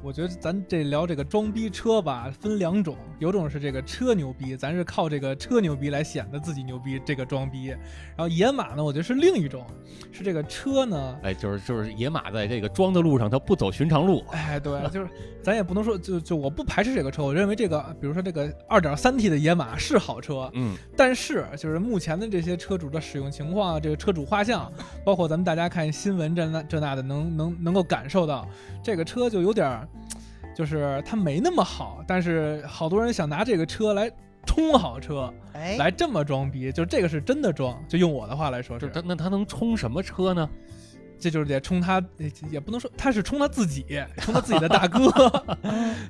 [SPEAKER 3] 我觉得咱这聊这个装逼车吧，分两种，有种是这个车牛逼，咱是靠这个车牛逼来显得自己牛逼，这个装逼。然后野马呢，我觉得是另一种，是这个车呢，
[SPEAKER 2] 哎，就是就是野马在这个装的路上，它不走寻常路，
[SPEAKER 3] 哎，对，就是咱也不能说，就就我不排斥这个车，我认为这个，比如说这个二点三 T 的野马是好车，
[SPEAKER 2] 嗯，
[SPEAKER 3] 但是就是目前的这些车主的使用情况啊，这个车主画像，包括咱们大家看新闻这那这那的，能能能够感受到这个车就有点儿，就是它没那么好，但是好多人想拿这个车来冲好车，
[SPEAKER 2] 呃
[SPEAKER 1] 哎，
[SPEAKER 3] 来这么装逼，就这个是真的装，就用我的话来说
[SPEAKER 2] 就是它，那它能冲什么车呢？
[SPEAKER 3] 这就是得冲他，也也不能说他是冲他自己，冲他自己的 大哥，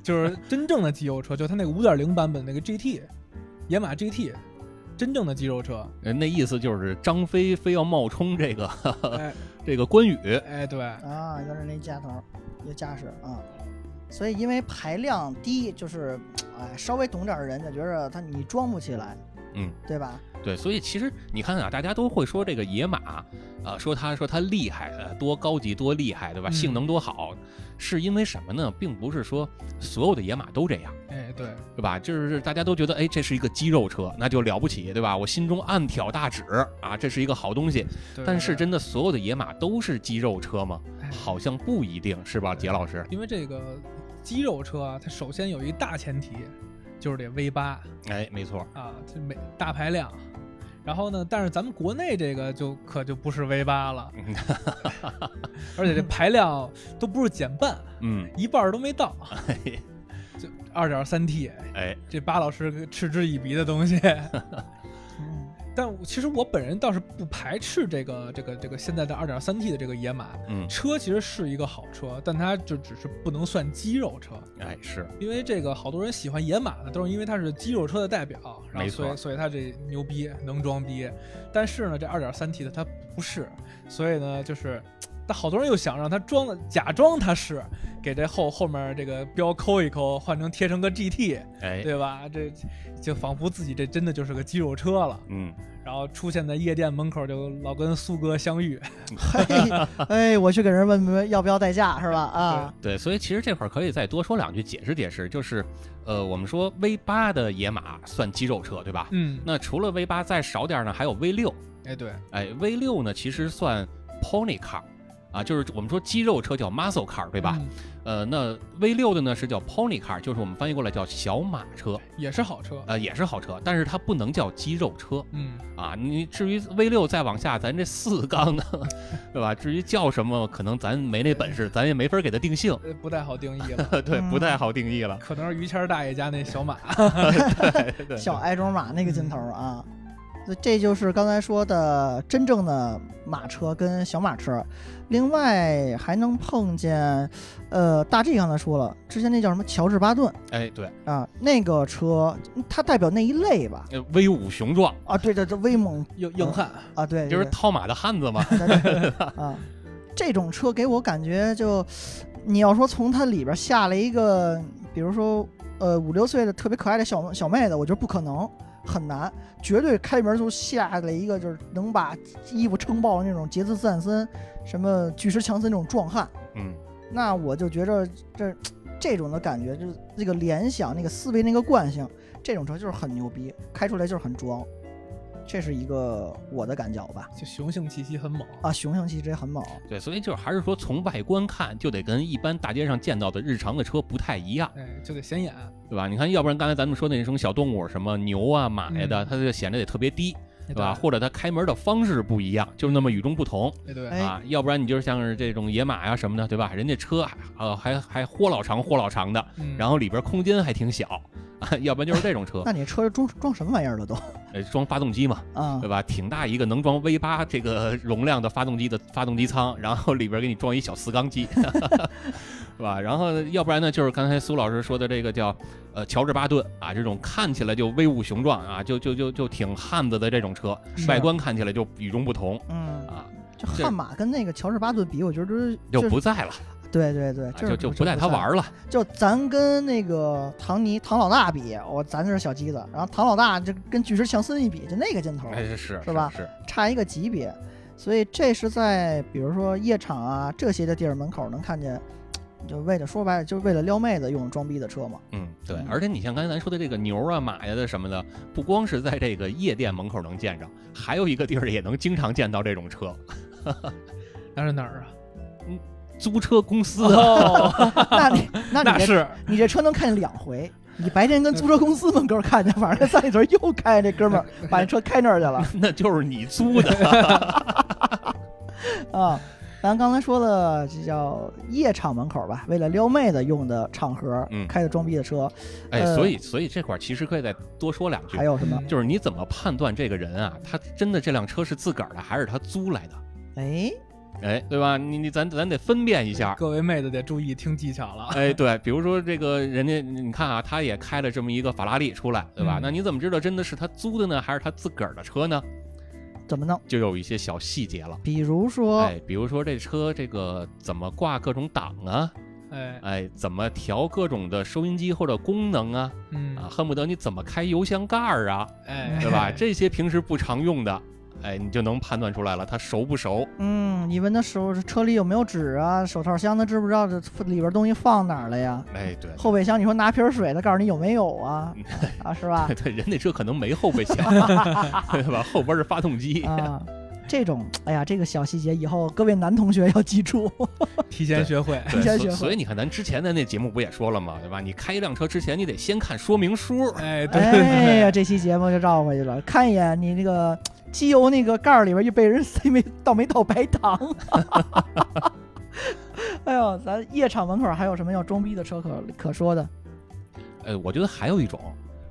[SPEAKER 3] 就是真正的肌肉车，就他那个五点零版本那个 GT，野马 GT，真正的肌肉车，
[SPEAKER 2] 呃那意思就是张飞非要冒充这个
[SPEAKER 3] 哎
[SPEAKER 2] 这个关羽，
[SPEAKER 3] 哎对。
[SPEAKER 1] 啊，有点那架头，有架势啊。所以因为排量低，就是哎，稍微懂点儿的人就觉着他你装不起来，
[SPEAKER 2] 嗯，
[SPEAKER 1] 对吧？
[SPEAKER 2] 对，所以其实你看啊，大家都会说这个野马，呃，说它说它厉害，呃，多高级多厉害，对吧？
[SPEAKER 3] 嗯
[SPEAKER 2] 性能多好，是因为什么呢？并不是说所有的野马都这样，
[SPEAKER 3] 哎，对，
[SPEAKER 2] 对吧？就是大家都觉得，哎，这是一个肌肉车，那就了不起，对吧？我心中暗挑大指啊，这是一个好东西。
[SPEAKER 3] 对
[SPEAKER 2] 但是，真的所有的野马都是肌肉车吗？
[SPEAKER 3] 哎
[SPEAKER 2] 好像不一定是吧，杰老师？
[SPEAKER 3] 因为这个肌肉车啊，它首先有一大前提，就是得 V 八
[SPEAKER 2] 哎，没错，
[SPEAKER 3] 啊，这每大排量。然后呢，但是咱们国内这个就可就不是 V 八了，而且这排量都不是减半，
[SPEAKER 2] 嗯，
[SPEAKER 3] 一半儿都没到，就二点三 T，
[SPEAKER 2] 哎，
[SPEAKER 3] 这巴老师嗤之以鼻的东西。
[SPEAKER 1] 嗯，
[SPEAKER 3] 但我其实我本人倒是不排斥这个这个这个现在的二点三 T 的这个野马，
[SPEAKER 2] 嗯，
[SPEAKER 3] 车其实是一个好车，但它就只是不能算肌肉车，
[SPEAKER 2] 哎，是，
[SPEAKER 3] 因为这个好多人喜欢野马呢，都是因为它是肌肉车的代表，然后
[SPEAKER 2] 没
[SPEAKER 3] 所以
[SPEAKER 2] 错
[SPEAKER 3] 所以它这牛逼能装逼，但是呢，这二点三 T 的它不是，所以呢就是。但好多人又想让它装的，假装它是，给这后后面这个标抠一抠，换成贴成个 GT，
[SPEAKER 2] 哎，
[SPEAKER 3] 对吧？这就仿佛自己这真的就是个肌肉车了。
[SPEAKER 2] 嗯，
[SPEAKER 3] 然后出现在夜店门口，就老跟苏哥相遇。
[SPEAKER 1] 嘿，哎，我去给人问问要不要代驾是吧？啊，
[SPEAKER 2] 对，所以其实这块儿可以再多说两句，解释解释，就是，呃，我们说 V 八的野马算肌肉车，对吧？
[SPEAKER 3] 嗯，
[SPEAKER 2] 那除了 V 八再少点儿呢，还有 V 六，
[SPEAKER 3] 哎，对，
[SPEAKER 2] 哎，V 六呢其实算 pony car，啊，就是我们说肌肉车叫 muscle car，对吧？
[SPEAKER 3] 嗯
[SPEAKER 2] 呃，那 V 六的呢是叫 pony car，就是我们翻译过来叫小马车，
[SPEAKER 3] 也是好车。
[SPEAKER 2] 呃，也是好车，但是它不能叫肌肉车
[SPEAKER 3] 嗯，
[SPEAKER 2] 啊。你至于 V 六再往下，咱这四缸呢， 对吧？至于叫什么，可能咱没那本事，咱也没法给它定性，
[SPEAKER 3] 呃不太好定义了，
[SPEAKER 2] 对，不太好定义了。
[SPEAKER 3] 可能是于谦儿大爷家那小马。
[SPEAKER 2] 对
[SPEAKER 1] 小矮种马那个劲头啊。所以这就是刚才说的真正的马车跟小马车，另外还能碰见，呃，大 G 刚才说了，之前那叫什么乔治巴顿
[SPEAKER 2] 哎，对，
[SPEAKER 1] 啊，那个车嗯它代表那一类吧？
[SPEAKER 2] 呃威武雄壮，
[SPEAKER 1] 啊，对对对，威猛
[SPEAKER 3] 硬
[SPEAKER 2] 嗯
[SPEAKER 3] 硬汉，
[SPEAKER 1] 啊，对，对
[SPEAKER 2] 就是
[SPEAKER 1] 对
[SPEAKER 2] 套马的 汉子嘛。
[SPEAKER 1] 对对啊，这种车给我感觉就，你要说从它里边下了一个，比如说呃五六岁的特别可爱的小小妹子，我觉得不可能，很难，绝对开门就下来一个就是能把衣服撑爆的那种杰斯·斯坦森、什么巨石强森这种壮汉。
[SPEAKER 2] 嗯，
[SPEAKER 1] 那我就觉着这这种的感觉，就是这个联想、那个思维、那个惯性，这种车就是很牛逼，开出来就是很装，这是一个我的感觉吧。
[SPEAKER 3] 就雄性气息很猛。
[SPEAKER 1] 啊，雄性气质很猛，
[SPEAKER 2] 对，所以就是还是说从外观看，就得跟一般大街上见到的日常的车不太一样，
[SPEAKER 3] 哎，就得显眼，
[SPEAKER 2] 对吧？你看，要不然刚才咱们说那什么小动物，什么牛啊、马呀的，
[SPEAKER 3] 嗯
[SPEAKER 2] 它就显得得特别低，
[SPEAKER 3] 对
[SPEAKER 2] 对吧？或者它开门的方式不一样，就是那么与众不同
[SPEAKER 3] 哎，对，
[SPEAKER 1] 哎
[SPEAKER 2] 啊。要不然你就是像是这种野马呀、什么的，对吧？人家车啊呃还还豁老长豁老长的，
[SPEAKER 3] 嗯
[SPEAKER 2] 然后里边空间还挺小啊，要不然就是这种车
[SPEAKER 1] 那，你车装装什么玩意儿了都
[SPEAKER 2] 呃，装发动机嘛，
[SPEAKER 1] 啊
[SPEAKER 2] 对？吧？挺大一个能装 V 八这个容量的发动机的发动机舱，然后里边给你装一小四缸机， 是吧？然后要不然呢，就是刚才苏老师说的这个叫呃乔治巴顿啊，这种看起来就威武雄壮啊，就就就就挺汉子的这种车，
[SPEAKER 3] 是
[SPEAKER 2] 外观看起来就与众不同
[SPEAKER 1] 嗯，
[SPEAKER 2] 啊，
[SPEAKER 1] 这
[SPEAKER 2] 这
[SPEAKER 1] 悍马跟那个乔治巴顿比，我觉得就是
[SPEAKER 2] 就是不在了，
[SPEAKER 1] 对对对，
[SPEAKER 2] 啊
[SPEAKER 1] 这
[SPEAKER 2] 就就不带他玩
[SPEAKER 1] 儿。
[SPEAKER 2] 了。
[SPEAKER 1] 就咱跟那个唐尼唐老大比，我咱这是小鸡子，然后唐老大就跟巨石强森一比，就那个劲头，
[SPEAKER 2] 哎，是是
[SPEAKER 1] 是吧
[SPEAKER 2] 是
[SPEAKER 1] 差一个级别。所以这是在比如说夜场啊这些的地儿门口能看见，就为了说白了就是为了撩妹子用装逼的车 嘛。
[SPEAKER 2] 嗯，对
[SPEAKER 1] 嗯，
[SPEAKER 2] 而且你像刚才咱说的这个牛啊、马呀的什么的，不光是在这个夜店门口能见着，还有一个地儿也能经常见到这种车，
[SPEAKER 3] 那是哪儿啊？
[SPEAKER 2] 租车公司啊。
[SPEAKER 3] 哦，
[SPEAKER 1] 那你那
[SPEAKER 3] 那
[SPEAKER 1] 你这
[SPEAKER 3] 是
[SPEAKER 1] 你这车能看见两回，你白天跟租车公司门口看见，晚上在里头又看见这哥们儿把这车开那儿去 了。
[SPEAKER 2] 那就是你租的，
[SPEAKER 1] 啊，咱刚才说的这叫夜场门口吧，为了撩妹子用的场合，
[SPEAKER 2] 嗯
[SPEAKER 1] 开的装逼的车，
[SPEAKER 2] 哎，
[SPEAKER 1] 呃
[SPEAKER 2] 所以所以这块儿其实可以再多说两句
[SPEAKER 1] 还，有什么？
[SPEAKER 2] 嗯就是你怎么判断这个人啊，他真的这辆车是自个儿的还是他租来的？
[SPEAKER 1] 哎，
[SPEAKER 2] 哎，对吧？你你咱咱得分辨一下。
[SPEAKER 3] 各位妹子得注意听技巧了。
[SPEAKER 2] 哎，对，比如说这个人家，你看啊，他也开了这么一个法拉利出来，对吧？
[SPEAKER 3] 嗯
[SPEAKER 2] 那你怎么知道真的是他租的呢，还是他自个儿的车呢？
[SPEAKER 1] 怎么弄？
[SPEAKER 2] 就有一些小细节了。
[SPEAKER 1] 比如说，
[SPEAKER 2] 哎，比如说这车这个怎么挂各种档啊，
[SPEAKER 3] 哎，
[SPEAKER 2] 哎，怎么调各种的收音机或者功能啊，
[SPEAKER 3] 嗯，
[SPEAKER 2] 啊，恨不得你怎么开油箱盖儿啊，
[SPEAKER 3] 哎，
[SPEAKER 2] 对吧？这些平时不常用的，哎，你就能判断出来了，它熟不熟？
[SPEAKER 1] 嗯，你问他手车里有没有纸啊，手套箱他知不知道这里边东西放哪儿了呀？
[SPEAKER 2] 哎， 对，？
[SPEAKER 1] 后备箱，你说拿瓶水，他告诉你有没有啊？啊，是吧
[SPEAKER 2] 嗯 对，人那车可能没后 备箱，对吧？后边是发动机。
[SPEAKER 1] 啊，这种，哎呀，这个小细节以后各位男同学要记住。
[SPEAKER 3] 提前学 会。
[SPEAKER 2] 对，
[SPEAKER 1] 先学
[SPEAKER 2] 所
[SPEAKER 1] 会
[SPEAKER 2] 所以你看，咱之前的那节目不也说了吗？对吧？你开一辆车之前，你得先看说明书。
[SPEAKER 3] 哎，对对
[SPEAKER 1] 哎
[SPEAKER 3] 对，
[SPEAKER 1] 呀，这期节目就绕回去了。看一眼你那个机油那个盖儿里边又被人塞没倒没倒白糖。 哎呦，咱夜场门口还有什么要装逼的车可可说的？
[SPEAKER 2] 呃，我觉得还有一种，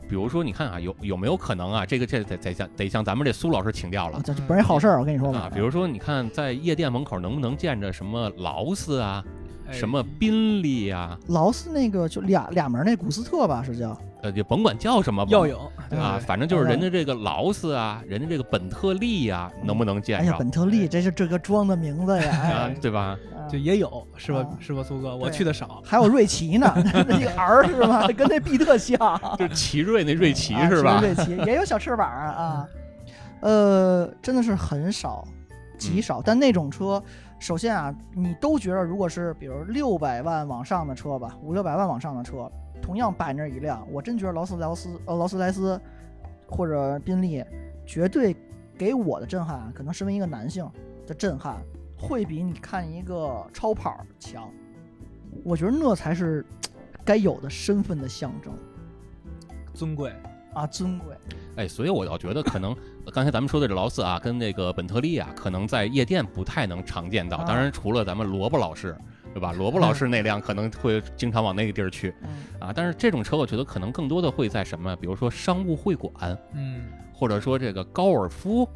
[SPEAKER 2] 比如说，你看啊，有有没有可能啊？这个这得得向得向咱们这苏老师请教了
[SPEAKER 1] 这这不是好事儿，我跟你说吧。
[SPEAKER 2] 啊。比如说，你看在夜店门口能不能见着什么劳斯啊，
[SPEAKER 3] 哎
[SPEAKER 2] 什么宾利啊，
[SPEAKER 1] 劳斯那个就俩俩门那古斯特吧，是叫
[SPEAKER 2] 呃，就甭管叫什么吧，
[SPEAKER 3] 药引对
[SPEAKER 2] 啊，
[SPEAKER 3] 吧？
[SPEAKER 2] 反正就是人家这个劳斯啊，人家这个本特利呀、能不能
[SPEAKER 1] 哎
[SPEAKER 2] 见
[SPEAKER 1] 呀，
[SPEAKER 2] 着
[SPEAKER 1] 本特利，这是这个装的名字呀。 哎
[SPEAKER 2] 啊？对吧？
[SPEAKER 1] 啊
[SPEAKER 3] 就也有是吧
[SPEAKER 1] 啊？
[SPEAKER 3] 是吧，苏哥？我
[SPEAKER 1] 对
[SPEAKER 3] 去的少，
[SPEAKER 1] 还有瑞奇呢， 那个 R 是吧？跟那 B 特像。
[SPEAKER 2] 就是奇瑞那瑞奇
[SPEAKER 1] 啊
[SPEAKER 2] 是吧？
[SPEAKER 1] 瑞奇也有小翅膀啊啊，呃，真的是很少，
[SPEAKER 2] 嗯
[SPEAKER 1] 极少。但那种车，首先啊，你都觉得如果是比如六百万往上的车吧，五六百万往上的车，同样摆那儿一辆，我真觉得劳斯莱斯呃劳斯莱斯或者宾利，绝对给我的震撼啊，可能身为一个男性的震撼，会比你看一个超跑强。我觉得那才是该有的身份的象征
[SPEAKER 3] 尊贵。
[SPEAKER 1] 啊，尊贵。
[SPEAKER 2] 哎，所以我倒觉得可能刚才咱们说的这劳斯啊，跟那个本特利啊，可能在夜店不太能常见到。
[SPEAKER 1] 啊
[SPEAKER 2] 当然，除了咱们萝卜老师，对吧？萝卜老师那辆可能会经常往那个地儿去
[SPEAKER 1] 嗯。
[SPEAKER 2] 啊。但是这种车，我觉得可能更多的会在什么，比如说商务会馆，
[SPEAKER 3] 嗯，
[SPEAKER 2] 或者说这个高尔夫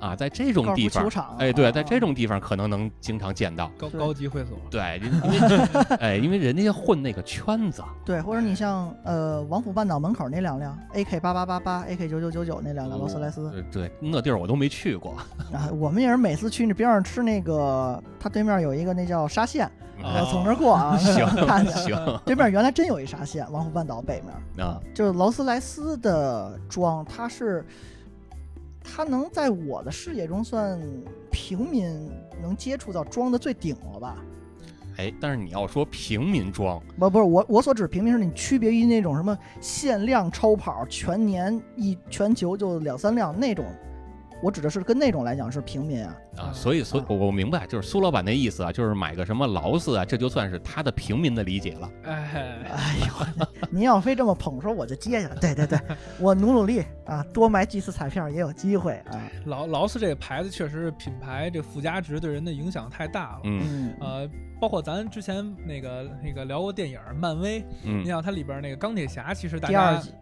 [SPEAKER 2] 啊，在这种
[SPEAKER 1] 高尔
[SPEAKER 2] 地
[SPEAKER 1] 夫
[SPEAKER 2] 方
[SPEAKER 1] 球，场啊，
[SPEAKER 2] 哎，对，
[SPEAKER 1] 啊
[SPEAKER 2] 在这种地方可能能经常见到。
[SPEAKER 3] 高
[SPEAKER 1] 对
[SPEAKER 3] 高级会所，
[SPEAKER 2] 对，因 为哎，因为人家混那个圈子，
[SPEAKER 1] 对，或者你像呃王府半岛门口那两辆 AK 八八八八、AK 九九九九那两辆劳斯莱斯
[SPEAKER 2] 呃对，那地儿我都没去过。
[SPEAKER 1] 啊，我们也是每次去那边上吃那个，它对面有一个那叫沙县，
[SPEAKER 3] 啊
[SPEAKER 1] 我从那儿过啊，
[SPEAKER 2] 行
[SPEAKER 1] 看见
[SPEAKER 2] 行
[SPEAKER 1] 对面原来真有一沙县，王府半岛北面，
[SPEAKER 2] 啊，
[SPEAKER 1] 就是劳斯莱斯的装，它是它能在我的视野中算平民能接触到装的最顶了吧？
[SPEAKER 2] 哎，但是你要说平民装，
[SPEAKER 1] 不不是我我所指平民是你区别于那种什么限量超跑，全年一全球就两三辆那种，我指的是跟那种来讲是平民啊。
[SPEAKER 2] 啊，所以所以
[SPEAKER 1] 啊
[SPEAKER 2] 我我明白，就是苏老板那意思啊，就是买个什么劳斯啊，这就算是他的平民的理解了。
[SPEAKER 3] 哎，
[SPEAKER 1] 哎呦，您要非这么捧说，我就接下来。对对对，我努努力啊，多买几次彩票也有机会啊。
[SPEAKER 3] 劳劳斯这个牌子确实是品牌这附加值对人的影响太大了。
[SPEAKER 2] 嗯
[SPEAKER 1] 嗯，
[SPEAKER 3] 呃，包括咱之前那个那个聊过电影儿漫威，你
[SPEAKER 2] 嗯
[SPEAKER 3] 想它里边儿那个钢铁侠，其实大
[SPEAKER 1] 第二
[SPEAKER 3] 家
[SPEAKER 1] 集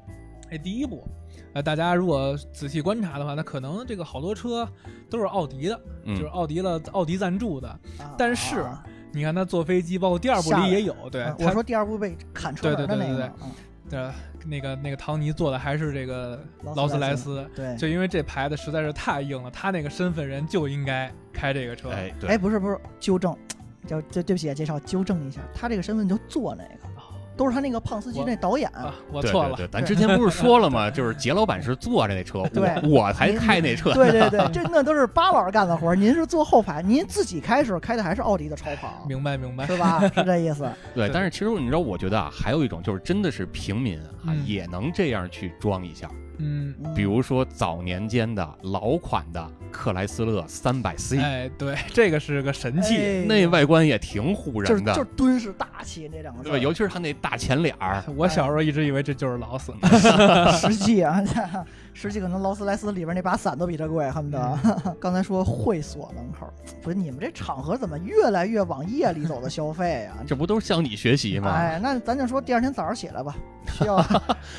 [SPEAKER 3] 哎第一部，呃，大家如果仔细观察的话，那可能这个好多车都是奥迪的，就是
[SPEAKER 2] 嗯，
[SPEAKER 3] 奥迪了，奥迪赞助的。
[SPEAKER 1] 啊
[SPEAKER 3] 但是
[SPEAKER 1] 啊
[SPEAKER 3] 你看他坐飞机，包括第二部
[SPEAKER 1] 下来
[SPEAKER 3] 里也有，对
[SPEAKER 1] 啊，
[SPEAKER 3] 他
[SPEAKER 1] 我说第二部被砍车
[SPEAKER 3] 对
[SPEAKER 1] 轮的
[SPEAKER 3] 对对
[SPEAKER 1] 那
[SPEAKER 3] 对
[SPEAKER 1] 个嘛，
[SPEAKER 3] 呃那个那个唐尼做的还是这个
[SPEAKER 1] 劳斯
[SPEAKER 3] 劳斯莱
[SPEAKER 1] 莱
[SPEAKER 3] 斯，
[SPEAKER 1] 嗯
[SPEAKER 3] 就
[SPEAKER 1] 对。
[SPEAKER 3] 因为这牌子实在是太硬了，他那个身份人就应该开这个车。
[SPEAKER 2] 哎
[SPEAKER 1] 哎，
[SPEAKER 2] 对，
[SPEAKER 1] 不是不是，纠正，叫对对不起啊，介绍纠正一下，他这个身份就做那个，都是他那个胖司机
[SPEAKER 3] 哦我
[SPEAKER 1] 那导演。
[SPEAKER 3] 啊，我
[SPEAKER 2] 对
[SPEAKER 3] 错
[SPEAKER 2] 对
[SPEAKER 3] 了，
[SPEAKER 2] 对，咱之前不是说了吗？就是杰老板是坐着那车，
[SPEAKER 1] 对
[SPEAKER 2] 我我才开那车。
[SPEAKER 1] 对对对，这那都是巴老师干的活儿，您是坐后排，您自己开时候开的还是奥迪的超跑，
[SPEAKER 3] 明白明白。
[SPEAKER 1] 是吧？是这意思。
[SPEAKER 2] 对，
[SPEAKER 3] 对
[SPEAKER 2] 但是其实你知道，我觉得啊，还有一种就是真的是平民啊，
[SPEAKER 3] 嗯
[SPEAKER 2] 也能这样去装一下。
[SPEAKER 3] 嗯，
[SPEAKER 1] 嗯
[SPEAKER 2] 比如说早年间的老款的克莱斯勒三百 C，
[SPEAKER 3] 哎，对，这个是个神器。
[SPEAKER 1] 哎
[SPEAKER 2] 那外观也挺唬
[SPEAKER 1] 就是
[SPEAKER 2] 人
[SPEAKER 1] 就是哎
[SPEAKER 2] 的，
[SPEAKER 1] 敦实大气这两个字
[SPEAKER 2] 对吧？
[SPEAKER 1] 儿，
[SPEAKER 2] 尤其是他那大前脸儿，
[SPEAKER 3] 我小时候一直以为这就是劳斯，
[SPEAKER 1] 哎 实际 啊，实际可能劳斯莱斯里边那把伞都比这贵，恨不
[SPEAKER 2] 嗯
[SPEAKER 1] 得。 刚才说会所门口，不是你们这场合怎么越来越往夜里走的消费 啊？
[SPEAKER 2] 这不都是向你学习吗？
[SPEAKER 1] 哎，那咱就说第二天早上起来吧，需 要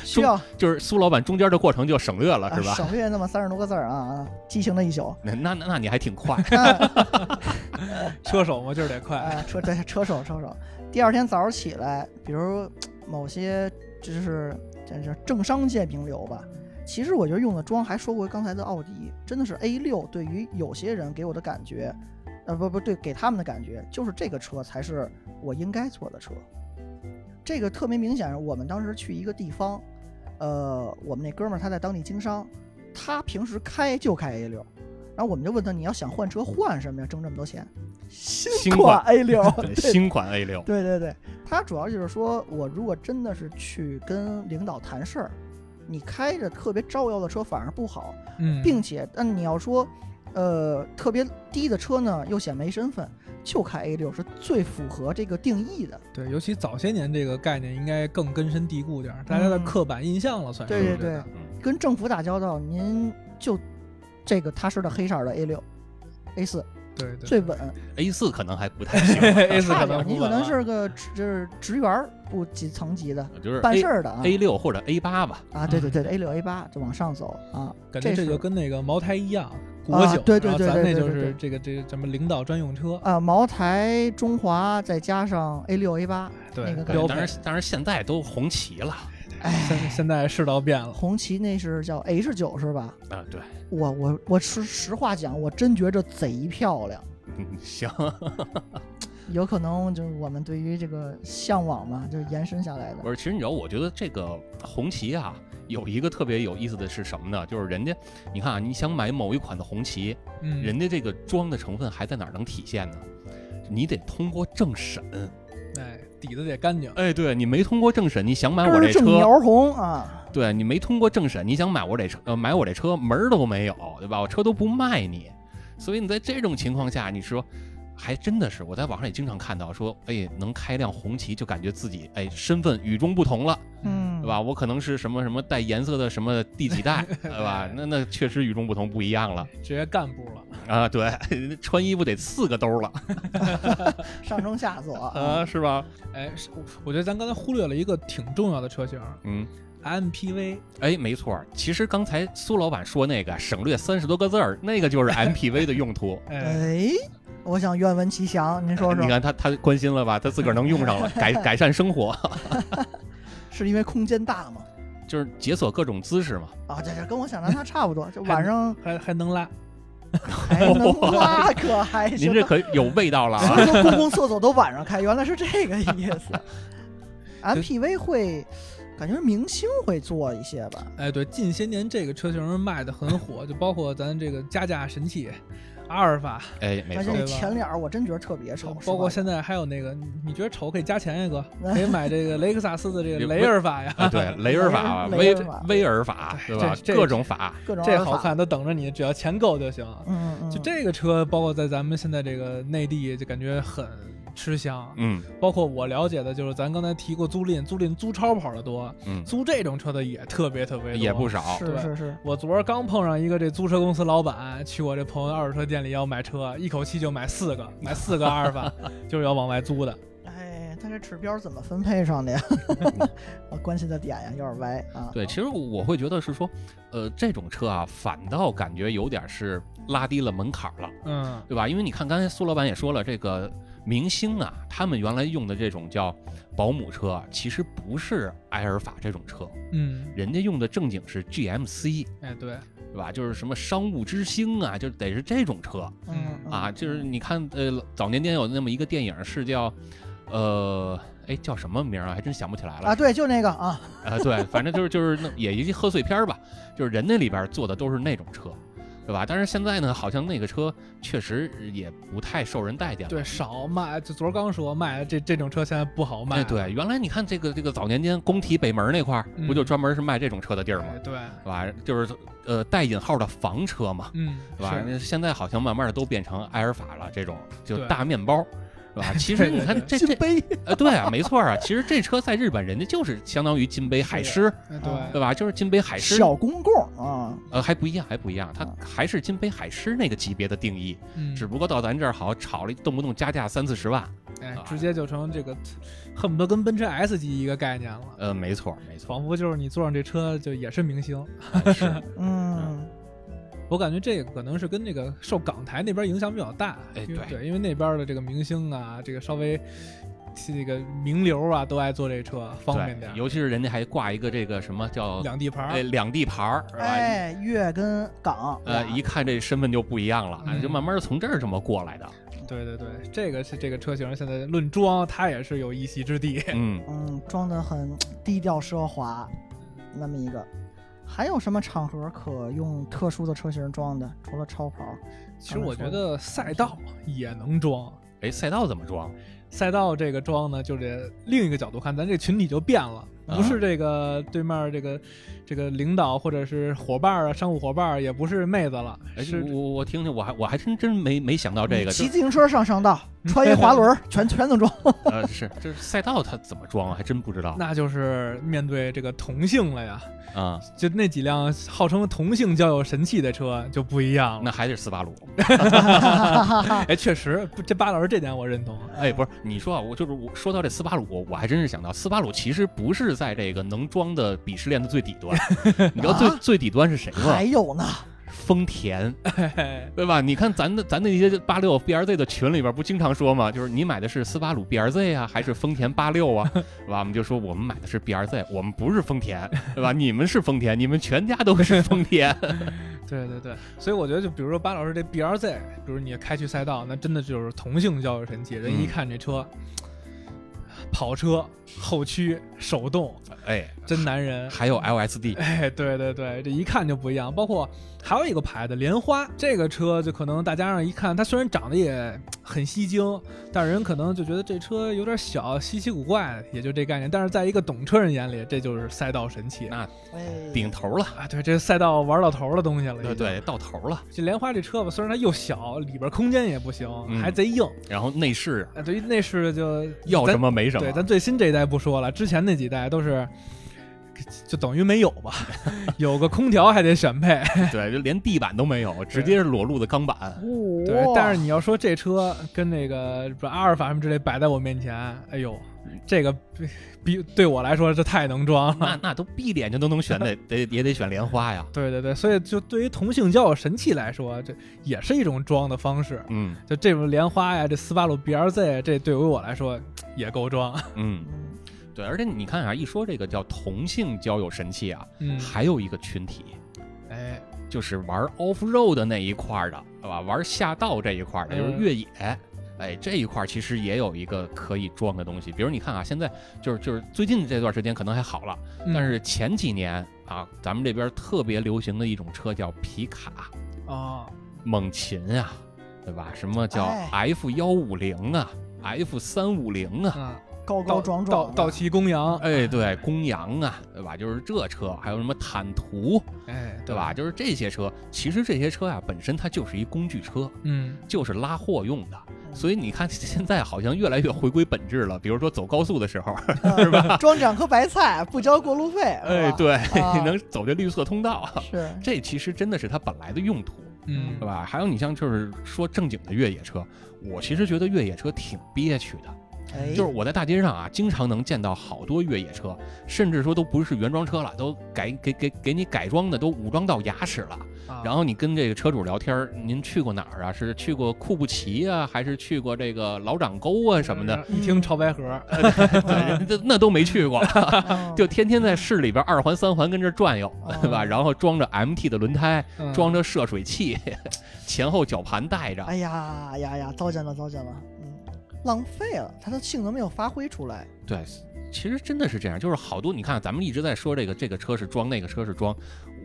[SPEAKER 1] 需要
[SPEAKER 2] 就是苏老板中间的过程就省略了，是
[SPEAKER 1] 啊
[SPEAKER 2] 吧？
[SPEAKER 1] 省略那么三十多个字儿啊啊，激情的一 宿。
[SPEAKER 2] 那那那那你还挺快，
[SPEAKER 3] 车手嘛就是得快。
[SPEAKER 1] 哎，车对车手车手，第二天早上起来，比如某些就是这是政商界名流吧。其实我觉得用的装还说回刚才的奥迪，真的是 A 六对于有些人给我的感觉，呃不不对，给他们的感觉就是这个车才是我应该坐的车。这个特别明显，我们当时去一个地方，呃，我们那哥们儿他在当地经商，他平时开就开 A 六，然后我们就问他你要想换车换什么呀？挣这么多钱，新
[SPEAKER 2] 新
[SPEAKER 1] 款
[SPEAKER 2] 款
[SPEAKER 1] A 六，
[SPEAKER 2] 对新款 A 六，
[SPEAKER 1] 对对对，他主要就是说，我如果真的是去跟领导谈事儿，你开着特别招摇的车反而不好，
[SPEAKER 3] 嗯，
[SPEAKER 1] 并且，但你要说，呃，特别低的车呢，又显没身份，就开 A 六是最符合这个定义的。
[SPEAKER 3] 对，尤其早些年这个概念应该更根深蒂固点儿，大家的
[SPEAKER 1] 嗯
[SPEAKER 3] 刻板印象了，算是。
[SPEAKER 1] 对对
[SPEAKER 3] 我觉得
[SPEAKER 1] 对，跟政府打交道，您就这个踏实的黑色儿的 A 六。A 四
[SPEAKER 3] 对对。
[SPEAKER 1] 最稳，
[SPEAKER 2] A 四可能还不太行，啊
[SPEAKER 3] A 四
[SPEAKER 1] 差
[SPEAKER 3] 可
[SPEAKER 1] 点
[SPEAKER 3] 能
[SPEAKER 1] 儿你
[SPEAKER 3] 不
[SPEAKER 1] 可
[SPEAKER 3] 稳
[SPEAKER 1] 能
[SPEAKER 3] 了
[SPEAKER 1] 是个职就是职员儿部级层级的，
[SPEAKER 2] 就是
[SPEAKER 1] 办
[SPEAKER 2] A
[SPEAKER 1] 事儿的啊
[SPEAKER 2] A 六或者 A 八吧。
[SPEAKER 1] 啊，对对对，A 六 A 八就往上走啊，
[SPEAKER 3] 感觉这
[SPEAKER 1] 是
[SPEAKER 3] 就跟那个茅台一样，国
[SPEAKER 1] 啊
[SPEAKER 3] 酒，
[SPEAKER 1] 对对
[SPEAKER 3] 然后
[SPEAKER 1] 对
[SPEAKER 3] 咱
[SPEAKER 1] 对
[SPEAKER 3] 那
[SPEAKER 1] 对
[SPEAKER 3] 就
[SPEAKER 1] 对
[SPEAKER 3] 是
[SPEAKER 1] 对
[SPEAKER 3] 这个这个什么领导专用车，
[SPEAKER 1] 啊，茅台、中华再加上 A 六 A 八，
[SPEAKER 3] 对
[SPEAKER 1] 那个
[SPEAKER 2] 对
[SPEAKER 1] 标，
[SPEAKER 2] 当
[SPEAKER 1] 配
[SPEAKER 2] 然，当然现在都红旗了
[SPEAKER 3] 现
[SPEAKER 1] 哎，
[SPEAKER 3] 现在世道 变了，
[SPEAKER 1] 红旗那是叫 H 九是吧？
[SPEAKER 2] 啊，对，
[SPEAKER 1] 我我我实实话讲，我真觉着贼漂亮。
[SPEAKER 2] 嗯行，
[SPEAKER 1] 有可能就是我们对于这个向往嘛，就是延伸下来的
[SPEAKER 2] 不。是，其实你知道，我觉得这个红旗啊，有一个特别有意思的是什么呢？就是人家，你看啊，你想买某一款的红旗，
[SPEAKER 3] 嗯，
[SPEAKER 2] 人家这个装的成分还在哪儿能体现呢？你得通过政审，
[SPEAKER 3] 哎底子得干净，
[SPEAKER 2] 哎，对你没通过政审，你想买
[SPEAKER 1] 根
[SPEAKER 2] 我
[SPEAKER 1] 儿
[SPEAKER 2] 这
[SPEAKER 1] 正
[SPEAKER 2] 车，
[SPEAKER 1] 苗红啊，
[SPEAKER 2] 对你没通过政审，你想买我这车，呃，买我这车门儿都没有，对吧？我车都不卖你，所以你在这种情况下，你说。还真的是，我在网上也经常看到说，哎，能开辆红旗就感觉自己哎身份与众不同了，
[SPEAKER 1] 嗯，
[SPEAKER 2] 对吧？我可能是什么什么带颜色的什么第几代，对吧？那那确实与众不同，不一样了
[SPEAKER 3] 职业干部了，
[SPEAKER 2] 啊！对， 穿衣服得四个兜了
[SPEAKER 1] 上中 下左啊，
[SPEAKER 2] 啊，是吧？
[SPEAKER 3] 哎，是我我觉得咱刚才忽略了一个挺重要的车型，
[SPEAKER 2] 嗯，
[SPEAKER 3] MPV，
[SPEAKER 2] 哎，没错儿，其实刚才苏老板说那个省略三十多个字儿，那个就是 MPV 的用途。
[SPEAKER 3] 哎，
[SPEAKER 1] 哎，我想愿闻其详，您说说
[SPEAKER 2] 你，看他他关心了吧？他自个儿能用上了，改改善生活，
[SPEAKER 1] 是因为空间大吗？
[SPEAKER 2] 就是解锁各种姿势嘛。
[SPEAKER 1] 啊，这这跟我想的那差不多，就晚 上
[SPEAKER 3] 还还能拉，
[SPEAKER 1] 还能拉，可还行。
[SPEAKER 2] 您这可有味道了啊！
[SPEAKER 1] 所以说公共厕所都晚上开，原来是这个意 思。MPV 会，感觉是明星会做一些吧？
[SPEAKER 3] 哎，对，近些年这个车型卖的很火，就包括咱这个加价神器、阿尔法，
[SPEAKER 2] 哎，没
[SPEAKER 1] 而且
[SPEAKER 2] 错
[SPEAKER 1] 那
[SPEAKER 3] 对
[SPEAKER 2] 儿，
[SPEAKER 3] 吧
[SPEAKER 1] 前脸儿我真觉得特别丑，
[SPEAKER 3] 包括
[SPEAKER 1] 是吧
[SPEAKER 3] 现在还有那个，你你觉得丑可以加钱呀， 哥，可以买这个雷克萨斯的这个雷尔法呀，
[SPEAKER 2] 啊对，雷尔法、
[SPEAKER 1] 雷
[SPEAKER 2] 威
[SPEAKER 1] 尔法
[SPEAKER 2] 威尔法，对吧？
[SPEAKER 3] 这这
[SPEAKER 2] 各种法，
[SPEAKER 1] 各种
[SPEAKER 3] 这
[SPEAKER 1] 玩
[SPEAKER 3] 好
[SPEAKER 1] 法，
[SPEAKER 3] 看，都等着你，只要钱够就行。
[SPEAKER 1] 嗯嗯，
[SPEAKER 3] 就这个车，包括在咱们现在这个内地，就感觉很吃香。
[SPEAKER 2] 嗯
[SPEAKER 3] 包括我了解的，就是咱刚才提过租赁，租赁租超跑的多，
[SPEAKER 2] 嗯，
[SPEAKER 3] 租这种车的也特别特别多，
[SPEAKER 2] 也不少。
[SPEAKER 1] 是
[SPEAKER 3] 对
[SPEAKER 1] 是是，
[SPEAKER 3] 我昨儿刚碰上一个这租车公司老板，去我这朋友二手车店里要买车，一口气就买四 个，买四个阿尔法，就是要往外租的。
[SPEAKER 1] 哎，它这指标怎么分配上的 呀？我关心的点呀有点歪啊。
[SPEAKER 2] 对，其实我会觉得是说，呃，这种车啊，反倒感觉有点是
[SPEAKER 1] 嗯
[SPEAKER 2] 拉低了门槛儿了。
[SPEAKER 3] 嗯，
[SPEAKER 2] 对吧？因为你看，刚才苏老板也说了，这个明星啊，他们原来用的这种叫保姆车，啊其实不是埃尔法这种车，
[SPEAKER 3] 嗯，
[SPEAKER 2] 人家用的正经是 GMC，
[SPEAKER 3] 哎，对，
[SPEAKER 2] 对吧？就是什么商务之星啊，就得是这种车
[SPEAKER 1] 嗯，嗯
[SPEAKER 2] 啊。就是你看，呃，早年间有那么一个电影是叫，呃。哎，叫什么名儿啊？还真想不起来了
[SPEAKER 1] 啊，。对，就那个啊，
[SPEAKER 2] 啊，对，反正就是就是那也一贺岁片儿吧，就是人那里边儿坐的都是那种车，对吧？但是现在呢，好像那个车确实也不太受人待见了。
[SPEAKER 3] 对，少卖，就昨儿刚说卖这这种车现在不好卖。
[SPEAKER 2] 哎，对，原来你看这个这个早年间工体北门那块儿，不就
[SPEAKER 3] 嗯
[SPEAKER 2] 专门是卖这种车的地儿吗
[SPEAKER 3] 哎，？对，
[SPEAKER 2] 对吧？就是呃带引号的房车嘛，
[SPEAKER 3] 嗯，
[SPEAKER 2] 对吧？
[SPEAKER 3] 是
[SPEAKER 2] 那现在好像慢慢的都变成埃尔法了，这种就
[SPEAKER 3] 对
[SPEAKER 2] 大面包。对吧？其实
[SPEAKER 3] 对
[SPEAKER 2] 你看这这
[SPEAKER 1] 杯
[SPEAKER 2] 呃，对啊，没错啊。其实这车在日本，人家就是相当于金杯海狮，
[SPEAKER 3] 哎
[SPEAKER 1] 啊
[SPEAKER 3] 对，
[SPEAKER 2] 对吧？就是金杯海狮，
[SPEAKER 1] 小公共啊，
[SPEAKER 2] 呃，还不一样，还不一样，它
[SPEAKER 1] 啊
[SPEAKER 2] 还是金杯海狮那个级别的定义，
[SPEAKER 3] 嗯
[SPEAKER 2] 只不过到咱这儿好炒了，动不动加价三四十万。
[SPEAKER 3] 哎
[SPEAKER 2] 啊，
[SPEAKER 3] 直接就成这个， 恨不得跟奔驰 S 级一个概念了。
[SPEAKER 2] 呃，没错，没错，
[SPEAKER 3] 仿佛就是你坐上这车就也是明星，
[SPEAKER 2] 呃是，
[SPEAKER 1] 嗯，
[SPEAKER 3] 我感觉这个可能是跟这个受港台那边影响比较大，
[SPEAKER 2] 哎
[SPEAKER 3] 因为
[SPEAKER 2] 对
[SPEAKER 3] 对，因为那边的这个明星啊，这个稍微这个名流啊，都爱坐这车，方便点
[SPEAKER 2] 对
[SPEAKER 3] 儿，
[SPEAKER 2] 尤其是人家还挂一个这个什么叫
[SPEAKER 3] 两地牌
[SPEAKER 2] 哎
[SPEAKER 3] 儿，
[SPEAKER 2] 两地牌儿，是吧？
[SPEAKER 1] 哎，粤跟港，
[SPEAKER 2] 呃，一看这身份就不一样了，
[SPEAKER 3] 嗯
[SPEAKER 2] 就慢慢从这儿这么过来的。
[SPEAKER 3] 对对对，这个是这个车型现在论装，它也是有一席之地。
[SPEAKER 2] 嗯，
[SPEAKER 1] 嗯，装的很低调奢华，那么一个。还有什么场合可用特殊的车型装的？除了超跑，
[SPEAKER 3] 其实我觉得赛道也能装，
[SPEAKER 2] 哎，赛道怎么装？
[SPEAKER 3] 赛道这个装呢，就得另一个角度看，咱这群体就变了，
[SPEAKER 2] 啊
[SPEAKER 3] 不是这个对面这个这个领导或者是伙伴儿啊，商务伙伴儿，也不是妹子了，
[SPEAKER 2] 哎，
[SPEAKER 3] 是
[SPEAKER 2] 我我听听，我还我还真真没没想到这个，
[SPEAKER 1] 骑
[SPEAKER 2] 就
[SPEAKER 1] 自行车上上道，穿一滑轮儿，全全能装。
[SPEAKER 2] 呃是这赛道它怎么装啊？还真不知道
[SPEAKER 3] 那就是面对这个同性了呀，
[SPEAKER 2] 啊。
[SPEAKER 3] 就那几辆号称同性交友神器的车就不一样
[SPEAKER 2] 那
[SPEAKER 3] 了。
[SPEAKER 2] 还得是斯巴鲁。
[SPEAKER 3] 哎，确实，不这巴老师这点我认同。
[SPEAKER 2] 哎，不是，你说啊，我就是我说到这斯巴鲁，我我还真是想到斯巴鲁其实不是在这个能装的鄙视链的最底端，你知道最最底端是谁吗
[SPEAKER 1] 还？有呢，
[SPEAKER 2] 丰田。
[SPEAKER 3] 嘿嘿
[SPEAKER 2] 对吧？你看咱的咱那些八六 BRZ 的群里边不经常说吗？就是你买的是斯巴鲁 BRZ 啊，还是丰田八六啊？对吧？我们就说我们买的是 BRZ，我们不是丰田，对吧？你们是丰田，你们全家都是丰田。
[SPEAKER 3] 对对对，所以我觉得，就比如说巴老师这 BRZ，比如你开去赛道，那真的就是同性交友神器。人
[SPEAKER 2] 嗯
[SPEAKER 3] 一看这车，跑车后驱手动，
[SPEAKER 2] 哎，
[SPEAKER 3] 真男人。
[SPEAKER 2] 还有 LSD，
[SPEAKER 3] 哎，对对对，这一看就不一样。包括还有一个牌子莲花，这个车就可能大家上一看，它虽然长得也很吸睛，但是人可能就觉得这车有点小，稀奇古怪，也就这概念。但是在一个懂车人眼里，这就是赛道神器。
[SPEAKER 2] 那
[SPEAKER 1] 哎，
[SPEAKER 2] 顶头了，
[SPEAKER 3] 啊，对，这赛道玩到头的东西了。
[SPEAKER 2] 对
[SPEAKER 3] 已经
[SPEAKER 2] 对，，到头了。
[SPEAKER 3] 这莲花这车吧，虽然它又小，里边空间也不行，
[SPEAKER 2] 嗯
[SPEAKER 3] 还贼硬。
[SPEAKER 2] 然后内饰
[SPEAKER 3] 啊，对于内饰的就
[SPEAKER 2] 要什么没什
[SPEAKER 3] 咱对，
[SPEAKER 2] 么，
[SPEAKER 3] 咱最新这一代不说了，之前那几代都是。就等于没有吧， 有个空调还得选配，
[SPEAKER 2] 对，就连地板都没有，直接是裸露的钢板。
[SPEAKER 1] 哇
[SPEAKER 3] 对，但是你要说这车跟那个不是阿尔法什么之类摆在我面前，哎呦，这个比比对我来说这太能装了。
[SPEAKER 2] 那那都闭着眼睛都能选，得得也得选莲花呀。
[SPEAKER 3] 对对对，所以就对于同性交友神器来说，这也是一种装的方式。
[SPEAKER 2] 嗯
[SPEAKER 3] 就这种莲花呀，这斯巴鲁 BRZ，这对于我来说也够装。
[SPEAKER 2] 嗯，对，而且你看啊，一说这个叫同性交友神器啊，
[SPEAKER 3] 嗯，
[SPEAKER 2] 还有一个群体
[SPEAKER 3] 哎，
[SPEAKER 2] 就是玩 off road 的那一块儿的，对吧？玩下道这一块儿的，就是
[SPEAKER 3] 嗯
[SPEAKER 2] 越野。哎，这一块儿其实也有一个可以装的东西，比如你看啊，现在就是就是最近这段时间可能还好了，
[SPEAKER 3] 嗯
[SPEAKER 2] 但是前几年啊，咱们这边特别流行的一种车叫皮卡
[SPEAKER 3] 啊，
[SPEAKER 2] 猛禽啊，对吧？什么叫
[SPEAKER 1] 哎
[SPEAKER 2] F 幺五零啊、f 三五零啊，
[SPEAKER 3] 啊，
[SPEAKER 1] 高高
[SPEAKER 3] 到
[SPEAKER 1] 壮壮
[SPEAKER 3] 到
[SPEAKER 1] 的，
[SPEAKER 3] 到齐公羊，
[SPEAKER 2] 哎，对，公羊啊，对吧？就是这车，还有什么坦途，
[SPEAKER 3] 哎，
[SPEAKER 1] 嗯
[SPEAKER 2] 对吧？？就是这些车，其实这些车啊，本身它就是一工具车，
[SPEAKER 3] 嗯，
[SPEAKER 2] 就是拉货用的。
[SPEAKER 1] 嗯
[SPEAKER 2] 所以你看，现在好像越来越回归本质了。比如说走高速的 时候，
[SPEAKER 1] 是吧？嗯装两颗白菜，不交过路费，
[SPEAKER 2] 哎，
[SPEAKER 1] 是吧，
[SPEAKER 2] 对，
[SPEAKER 1] 啊
[SPEAKER 2] 你能走这绿色通道，
[SPEAKER 1] 是，
[SPEAKER 2] 这其实真的是它本来的用途。
[SPEAKER 3] 嗯
[SPEAKER 2] 对吧？还有你像就是说正经的越野车，我其实觉得越野车挺憋屈的，
[SPEAKER 1] 哎，
[SPEAKER 2] 就是我在大街上啊，经常能见到好多越野车，甚至说都不是原装车了，都改给给给你改装的都武装到牙齿了。
[SPEAKER 3] 啊
[SPEAKER 2] 然后你跟这个车主聊天儿，您去过哪儿啊？是去过库布齐啊，还是去过这个老掌沟啊什么的？，
[SPEAKER 3] 一听潮白河，
[SPEAKER 2] 对， 人家那都没去过，
[SPEAKER 1] 嗯
[SPEAKER 2] 就天天在市里边二环三环跟这儿转悠，对吧？
[SPEAKER 1] 哦
[SPEAKER 2] 然后装着 MT 的轮胎，
[SPEAKER 3] 嗯
[SPEAKER 2] 装着涉水器， 前后绞盘带着。
[SPEAKER 1] 哎呀呀呀，糟践了，糟践了，嗯，浪费了，它的性能没有发挥出来，
[SPEAKER 2] 对，其实真的是这样，就是好多你看，咱们一直在说这个这个车是装，那个车是装，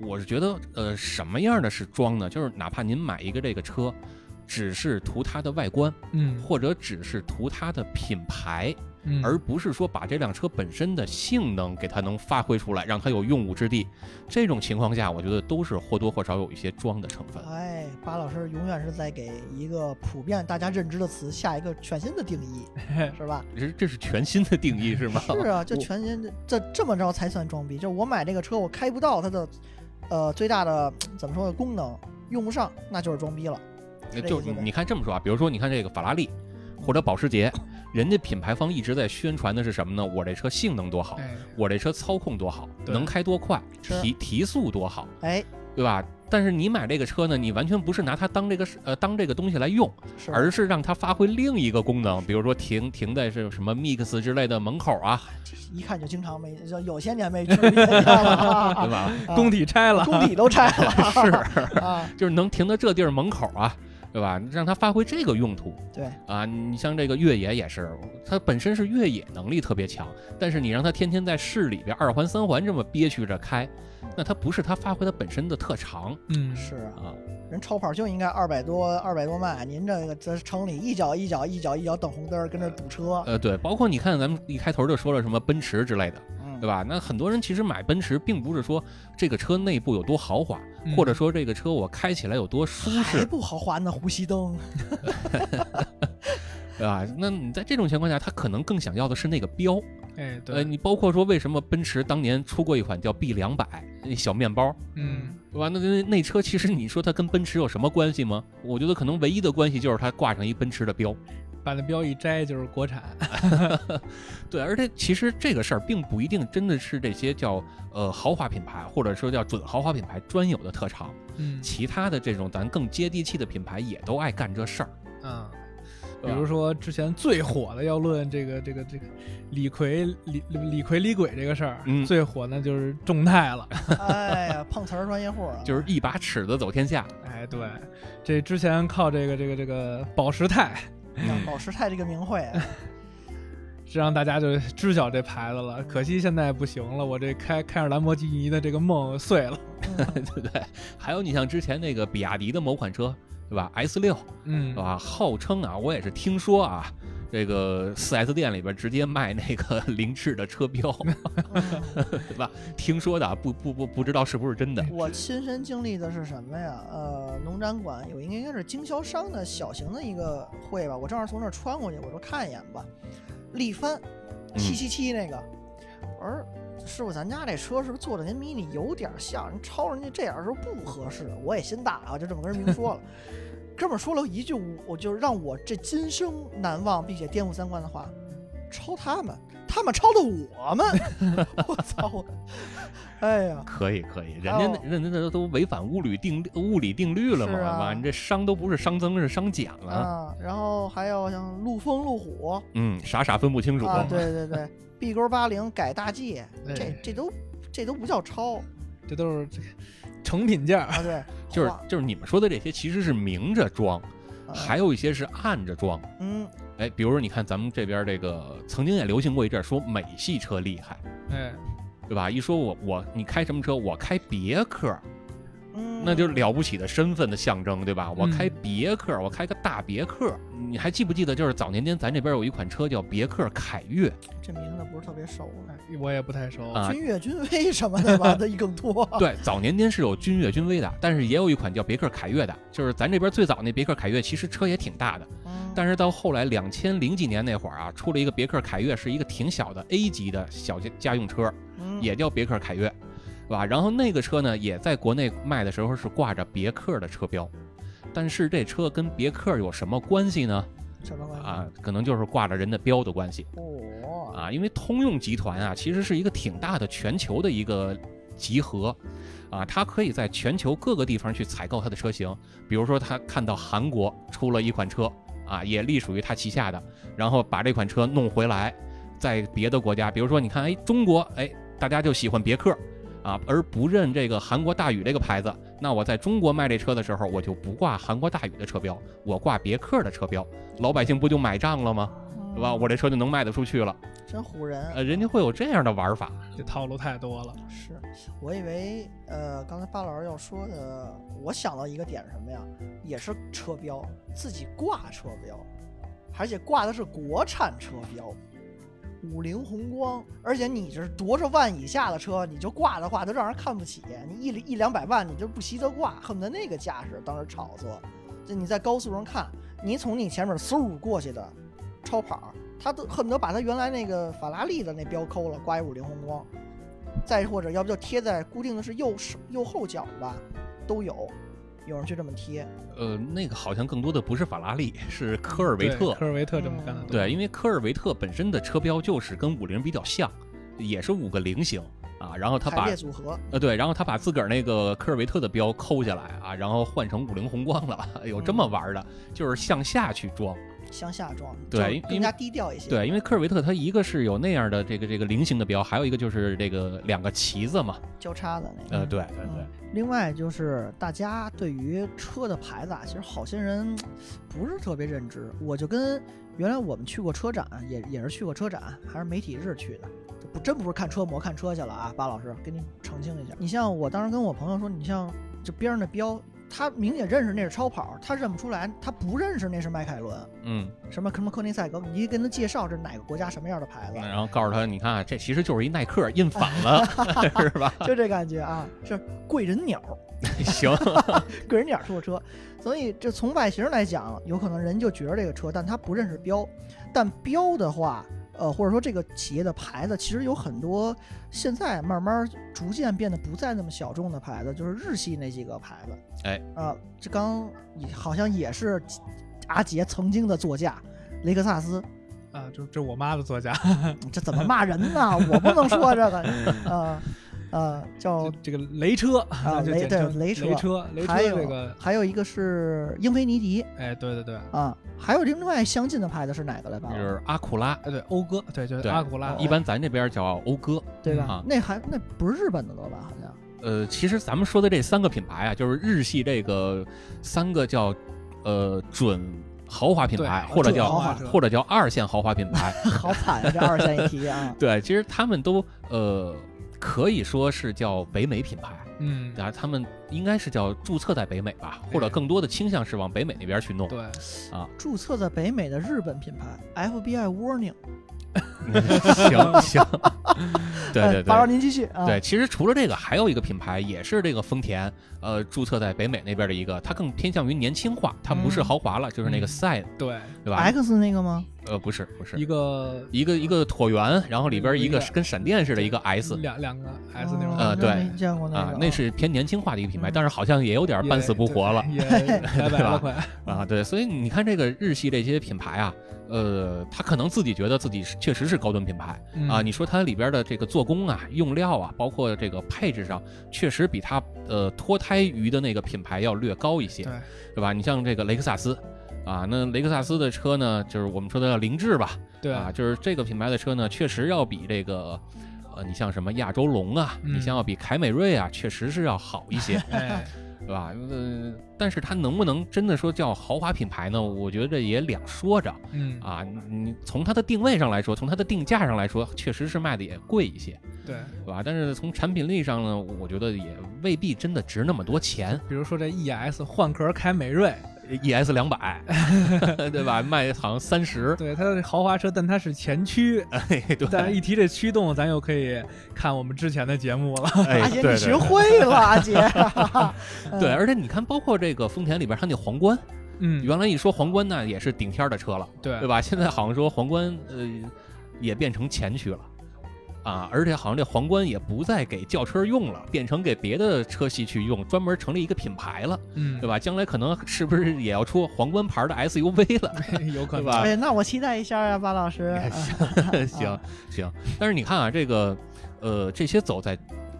[SPEAKER 2] 我是觉得呃什么样的是装呢？就是哪怕您买一个这个车，只是图它的外观，
[SPEAKER 3] 嗯
[SPEAKER 2] 或者只是图它的品牌，
[SPEAKER 3] 嗯
[SPEAKER 2] 而不是说把这辆车本身的性能给它能发挥出来，让它有用武之地。这种情况下，我觉得都是或多或少有一些装的成分。
[SPEAKER 1] 哎，巴老师永远是在给一个普遍大家认知的词下一个全新的定 义，是吧？
[SPEAKER 2] 这是这是全新的定义是吗？
[SPEAKER 1] 是啊，就
[SPEAKER 2] 我
[SPEAKER 1] 全新的这这么着才算装逼。就是我买这个车，我开不到它的，呃，最大的怎么说呢功能用不上，那就是装逼了。
[SPEAKER 2] 那
[SPEAKER 1] 是这
[SPEAKER 2] 就
[SPEAKER 1] 意思呗
[SPEAKER 2] 你看这么说啊，比如说你看这个法拉利或者保时捷，人家品牌方一直在宣传的是什么呢？我这车性能多好，
[SPEAKER 3] 哎，
[SPEAKER 2] 我这车操控多好，
[SPEAKER 3] 对
[SPEAKER 2] 能开多快，
[SPEAKER 1] 是
[SPEAKER 2] 提提速多好，
[SPEAKER 1] 哎，
[SPEAKER 2] 对吧？但是你买这个车呢，你完全不是拿它当这个呃当这个东西来用，
[SPEAKER 1] 是
[SPEAKER 2] 而是让它发挥另一个功能，比如说停停在是什么 Mix 之类的门口啊，
[SPEAKER 1] 一看就经常没，就有些年没去你看了
[SPEAKER 2] 对
[SPEAKER 1] 啊，
[SPEAKER 2] 吧？
[SPEAKER 1] 啊
[SPEAKER 3] 工体拆了，
[SPEAKER 1] 工体都拆了，
[SPEAKER 2] 是，
[SPEAKER 1] 啊，
[SPEAKER 2] 就是能停到这地儿门口啊，对吧？让它发挥这个用途。
[SPEAKER 1] 对，
[SPEAKER 2] 啊，你像这个越野也是，它本身是越野能力特别强，但是你让它天天在市里边二环三环这么憋屈着开，
[SPEAKER 1] 嗯
[SPEAKER 2] 那它不是它发挥它本身的特长
[SPEAKER 3] 嗯，
[SPEAKER 1] 是啊，
[SPEAKER 2] 啊。
[SPEAKER 1] 人超跑就应该二百多二百多迈，您这个在城里一脚一脚一脚一脚等红灯儿，跟这儿堵车，
[SPEAKER 2] 呃，对，包括你看咱们一开头就说了什么奔驰之类的，
[SPEAKER 1] 嗯
[SPEAKER 2] 对吧？那很多人其实买奔驰并不是说这个车内部有多豪华，
[SPEAKER 3] 嗯
[SPEAKER 2] 或者说这个车我开起来有多舒
[SPEAKER 1] 还
[SPEAKER 2] 适，
[SPEAKER 1] 不豪华呢，呼吸 灯，
[SPEAKER 2] 对吧？那你在这种情况下，他可能更想要的是那个标。
[SPEAKER 3] 哎，
[SPEAKER 2] 呃，
[SPEAKER 3] 对，
[SPEAKER 2] 你包括说为什么奔驰当年出过一款叫 B 两百那小面包，
[SPEAKER 3] 嗯，
[SPEAKER 2] 对吧？那那那车其实你说它跟奔驰有什么关系吗？我觉得可能唯一的关系就是它挂上一奔驰的标。
[SPEAKER 3] 把那标一摘就是国产，
[SPEAKER 2] 对，而且其实这个事儿并不一定真的是这些叫呃豪华品牌或者说叫准豪华品牌专有的特长，
[SPEAKER 3] 嗯
[SPEAKER 2] 其他的这种咱更接地气的品牌也都爱干这事儿。
[SPEAKER 3] 啊。比
[SPEAKER 2] 对吧
[SPEAKER 3] 如说之前最火的要论这个这个这个李逵李李李逵李鬼这个事儿，
[SPEAKER 2] 嗯
[SPEAKER 3] 最火那就是众泰了。
[SPEAKER 1] 哎呀，碰瓷儿专业户啊，
[SPEAKER 2] 就是一把尺子走天下，
[SPEAKER 3] 哎，对，这之前靠这个这个这个保时泰，
[SPEAKER 1] 让保时泰这个名讳，啊
[SPEAKER 3] 是让大家就知晓这牌子了。可惜现在不行了，我这开开着兰博基尼的这个梦碎了。
[SPEAKER 2] 对不对？还有你像之前那个比亚迪的某款车，对吧？S 六，
[SPEAKER 3] 嗯，
[SPEAKER 2] 啊，号称啊，我也是听说啊，这个 4S 店里边直接卖那个 凌志的车标，
[SPEAKER 1] 嗯
[SPEAKER 2] 对吧？听说的啊，不不不，不知道是不是真的。
[SPEAKER 1] 我亲身经历的是什么呀？呃，农展馆有一个应该是经销商的小型的一个会吧，我正好从那儿穿过去，我说看一眼吧，力帆七七七那个，我说。师傅，咱家这车是不是做的跟 mini 有点像？人超人家这样是不是不合适？我也心大啊，就这么跟人明说了。哥们儿说了一句我，我就让我这今生难忘并且颠覆三观的话：抄他们，他们抄的我们， 我操！哎呀，
[SPEAKER 2] 可以可以，人家那
[SPEAKER 1] 哦
[SPEAKER 2] 人家那都违反物理定律物理定律了嘛，
[SPEAKER 1] 是啊
[SPEAKER 2] 吧？你这熵都不是熵增，是熵减了。
[SPEAKER 1] 啊，然后还有像陆风、陆虎
[SPEAKER 2] 嗯，傻傻分不清楚。
[SPEAKER 1] 啊，对对对，B 勾八零改大 G，这
[SPEAKER 3] 哎
[SPEAKER 1] 这都这都不叫抄
[SPEAKER 3] 这都是这个成品价儿。
[SPEAKER 1] 啊，对，
[SPEAKER 2] 就是
[SPEAKER 1] 画
[SPEAKER 2] 就是你们说的这些，其实是明着装，
[SPEAKER 1] 啊
[SPEAKER 2] 还有一些是暗着装。
[SPEAKER 1] 嗯
[SPEAKER 2] 哎，比如说你看咱们这边这个，曾经也流行过一阵儿说美系车厉害，
[SPEAKER 3] 哎，
[SPEAKER 2] 对吧？一说我我你开什么车，我开别克，
[SPEAKER 1] 嗯，
[SPEAKER 2] 那就是了不起的身份的象征，对吧？我开
[SPEAKER 3] 嗯
[SPEAKER 2] 别克，我开个大别克。你还记不记得，就是早年间咱这边有一款车叫别克凯越
[SPEAKER 1] 这名字不是特别熟呢，
[SPEAKER 3] 我也不太熟。
[SPEAKER 2] 啊？
[SPEAKER 1] 君越君威什么 的吧，它更多。
[SPEAKER 2] 对，早年间是有君越、君威的，但是也有一款叫别克凯越的，就是咱这边最早那别克凯越，其实车也挺大的，
[SPEAKER 1] 嗯，
[SPEAKER 2] 但是到后来两千零几年那会儿啊，出了一个别克凯越，是一个挺小的 A 级的小家家用车，
[SPEAKER 1] 嗯
[SPEAKER 2] 也叫别克凯越，是吧？然后那个车呢，也在国内卖的时候是挂着别克的车标，但是这车跟别克有什么关系呢？
[SPEAKER 1] 什么关系？
[SPEAKER 2] 啊，可能就是挂着人的标的关系
[SPEAKER 1] 哦，
[SPEAKER 2] 啊，因为通用集团啊，其实是一个挺大的全球的一个集合。啊，它可以在全球各个地方去采购它的车型，比如说他看到韩国出了一款车啊，也隶属于它旗下的，然后把这款车弄回来，在别的国家，比如说你看，哎，中国，哎，大家就喜欢别克啊，而不认这个韩国大宇这个牌子，那我在中国卖这车的时候，我就不挂韩国大宇的车标，我挂别克的车标，老百姓不就买账了吗？对吧？我这车就能卖得出去了。
[SPEAKER 1] 嗯真唬人。
[SPEAKER 2] 呃，人家会有这样的玩法，
[SPEAKER 3] 这套路太多了。
[SPEAKER 1] 是我以为呃，刚才巴老师要说的，我想到一个点是什么呀？也是车标，自己挂车标，而且挂的是国产车标，五菱宏光。而且你这是多少万以下的车，你就挂的话，都让人看不起。你一一两百万，你就不惜得挂，恨不得那个架势当时炒作。就你在高速上看，你从你前面嗖过去的超跑，他都恨不得把他原来那个法拉利的那标抠了，挂一五菱宏光。再或者要不就贴在固定的是右手右后角吧，都有，有人去这么贴。
[SPEAKER 2] 呃，那个好像更多的不是法拉利，是科尔维
[SPEAKER 3] 对
[SPEAKER 2] 特。
[SPEAKER 3] 科尔维特这么干的
[SPEAKER 1] 嗯
[SPEAKER 3] 多。
[SPEAKER 2] 对，因为科尔维特本身的车标就是跟五菱比较像，也是五个菱形啊。然后他
[SPEAKER 1] 排
[SPEAKER 2] 把
[SPEAKER 1] 列组合，
[SPEAKER 2] 呃对，然后他把自个儿那个科尔维特的标抠下来啊，然后换成五菱宏光了， 有这么玩的，就是向下去装。
[SPEAKER 1] 向下装，
[SPEAKER 2] 对
[SPEAKER 1] 就
[SPEAKER 2] 因为
[SPEAKER 1] 更加低调一些。
[SPEAKER 2] 对，因为科尔维特它一个是有那样的这个这个菱形的标，还有一个就是这个两个旗子嘛。
[SPEAKER 1] 交叉的那个。
[SPEAKER 2] 呃，对对对
[SPEAKER 1] 嗯。另外就是大家对于车的牌子啊，其实好些人不是特别认知。我就跟原来我们去过车展，也也是去过车展，还是媒体日去的，这不真不是看车模看车去了啊，巴老师给你澄清一下。你像我当时跟我朋友说，你像这边上的标，他明显认识那是超跑，他认不出来，他不认识那是迈凯伦，
[SPEAKER 2] 嗯，
[SPEAKER 1] 什么什么科尼赛格，你一跟他介绍这是哪个国家什么样的牌子，
[SPEAKER 3] 嗯
[SPEAKER 2] 然后告诉他，你看啊这其实就是一耐克印反了， 是吧？
[SPEAKER 1] 就这感觉啊，是贵人鸟。
[SPEAKER 2] 行，
[SPEAKER 1] 个人点儿坐车，所以这从外形来讲，有可能人就觉得这个车，但他不认识标。但标的话，呃，或者说这个企业的牌子，其实有很多现在慢慢逐渐变得不再那么小众的牌子，就是日系那几个牌子。
[SPEAKER 2] 哎，
[SPEAKER 1] 啊、这刚也好像也是阿杰曾经的座驾。雷克萨 斯，
[SPEAKER 3] 啊，这这我妈的座驾，
[SPEAKER 1] 这怎么骂人呢？我不能说这个， 呃，呃，叫
[SPEAKER 3] 这这个雷车
[SPEAKER 1] 啊
[SPEAKER 3] 就
[SPEAKER 1] 雷
[SPEAKER 3] 简
[SPEAKER 1] 对
[SPEAKER 3] 称
[SPEAKER 1] 雷
[SPEAKER 3] 雷
[SPEAKER 1] 车
[SPEAKER 3] 车，雷车
[SPEAKER 1] 还有
[SPEAKER 3] 这个，
[SPEAKER 1] 还有一个是英菲尼迪，
[SPEAKER 3] 哎，对对对，
[SPEAKER 1] 啊，还有另外相近的牌子是哪个来吧
[SPEAKER 2] 就？是阿库拉，
[SPEAKER 3] 哎对，讴歌，对，就是
[SPEAKER 2] 对
[SPEAKER 3] 阿古拉，哎
[SPEAKER 2] 一般咱这边叫讴歌。
[SPEAKER 1] 对
[SPEAKER 2] 啊
[SPEAKER 1] 吧？那还那不是日本的了吧？好 像
[SPEAKER 2] 呃，其实咱们说的这三个品牌啊，就是日系这个三个叫呃准豪华品牌，
[SPEAKER 3] 对
[SPEAKER 2] 或者
[SPEAKER 1] 准豪
[SPEAKER 2] 叫
[SPEAKER 1] 华
[SPEAKER 3] 车
[SPEAKER 2] 或者叫二线豪华品 牌。，
[SPEAKER 1] 好惨啊，这二线一提啊
[SPEAKER 2] 对，其实他们都呃可以说是叫北美品牌。
[SPEAKER 3] 嗯，
[SPEAKER 2] 啊，他们应该是叫注册在北美吧，
[SPEAKER 3] 对
[SPEAKER 2] 或者更多的倾向是往北美那边去弄。
[SPEAKER 3] 对，
[SPEAKER 1] 注册在北美的日本品牌 FBI Warning。
[SPEAKER 2] 行行， 对
[SPEAKER 1] 哎
[SPEAKER 2] 对
[SPEAKER 1] 八老
[SPEAKER 2] 对
[SPEAKER 1] 您继续啊。
[SPEAKER 2] 对，，其实除了这个，还有一个品牌也是这个丰田，呃，注册在北美那边的一个，它更偏向于年轻化，它不是
[SPEAKER 1] 嗯
[SPEAKER 2] 豪华了，就是那个
[SPEAKER 3] 嗯
[SPEAKER 2] Sign，
[SPEAKER 3] 对，
[SPEAKER 2] 对吧？
[SPEAKER 1] X 那个吗？
[SPEAKER 2] 呃，不是，不是
[SPEAKER 3] 一个
[SPEAKER 2] 一个一个椭圆，然后里边一个跟闪电似的一个 S，
[SPEAKER 3] 两两个 S 嗯那种
[SPEAKER 1] 哦
[SPEAKER 2] 呃
[SPEAKER 3] 感觉
[SPEAKER 2] 对
[SPEAKER 1] 没见过那
[SPEAKER 2] 啊
[SPEAKER 1] 个，，哦
[SPEAKER 2] 那是偏年轻化的一个品牌，
[SPEAKER 1] 嗯
[SPEAKER 2] 但是好像也有点
[SPEAKER 3] 也
[SPEAKER 2] 半死不活了
[SPEAKER 3] 对也拜拜了，快。
[SPEAKER 2] 啊。对，所以你看这个日系这些品牌啊，呃，它可能自己觉得自己是确实是高端品牌
[SPEAKER 3] 嗯
[SPEAKER 2] 啊。你说它里边的这个做工啊、用料啊，包括这个配置上，确实比它呃脱胎于的那个品牌要略高一些
[SPEAKER 3] 对，
[SPEAKER 2] 对吧？你像这个雷克萨斯。啊，那雷克萨斯的车呢，就是我们说的叫凌志吧，
[SPEAKER 3] 对
[SPEAKER 2] 啊，就是这个品牌的车呢，确实要比这个，呃，你像什么亚洲龙啊，
[SPEAKER 3] 嗯，
[SPEAKER 2] 你像要比凯美瑞啊，确实是要好一些
[SPEAKER 3] 哎，
[SPEAKER 2] 对吧？呃，但是它能不能真的说叫豪华品牌呢？我觉得也两说着
[SPEAKER 3] 嗯，
[SPEAKER 2] 啊。你你从它的定位上来说，从它的定价上来说，确实是卖的也贵一些，
[SPEAKER 3] 对，
[SPEAKER 2] 对吧？但是从产品力上呢，我觉得也未必真的值那么多钱。
[SPEAKER 3] 比如说这 ES 换壳凯美瑞，
[SPEAKER 2] ES 两百， 对吧？卖好像三十，
[SPEAKER 3] 对，它是豪华车，但它是前驱，
[SPEAKER 2] 哎，对，
[SPEAKER 3] 但一提这驱动，咱又可以看我们之前的节目了。
[SPEAKER 2] 哎
[SPEAKER 1] 阿姐
[SPEAKER 2] 对对
[SPEAKER 1] 你学 会了，阿嗯姐，
[SPEAKER 2] 对，而且你看，包括这个丰田里边，它那皇冠，
[SPEAKER 3] 嗯，
[SPEAKER 2] 原来一说皇冠呢，也是顶天儿的车了，
[SPEAKER 3] 对
[SPEAKER 2] 对吧？现在好像说皇冠，呃，也变成前驱了，啊，而且好像这皇冠也不再给轿车用了，变成给别的车系去用，专门成立一个品牌了，
[SPEAKER 3] 嗯，
[SPEAKER 2] 对吧？将来可能是不是也要出皇冠牌的 SUV 了？
[SPEAKER 3] 有可
[SPEAKER 2] 对
[SPEAKER 3] 能
[SPEAKER 2] 吧
[SPEAKER 1] 哎，那我期待一下呀，巴老师。啊
[SPEAKER 2] 啊
[SPEAKER 3] 嗯
[SPEAKER 2] 行行，但是你看啊，这个，呃，这些走在。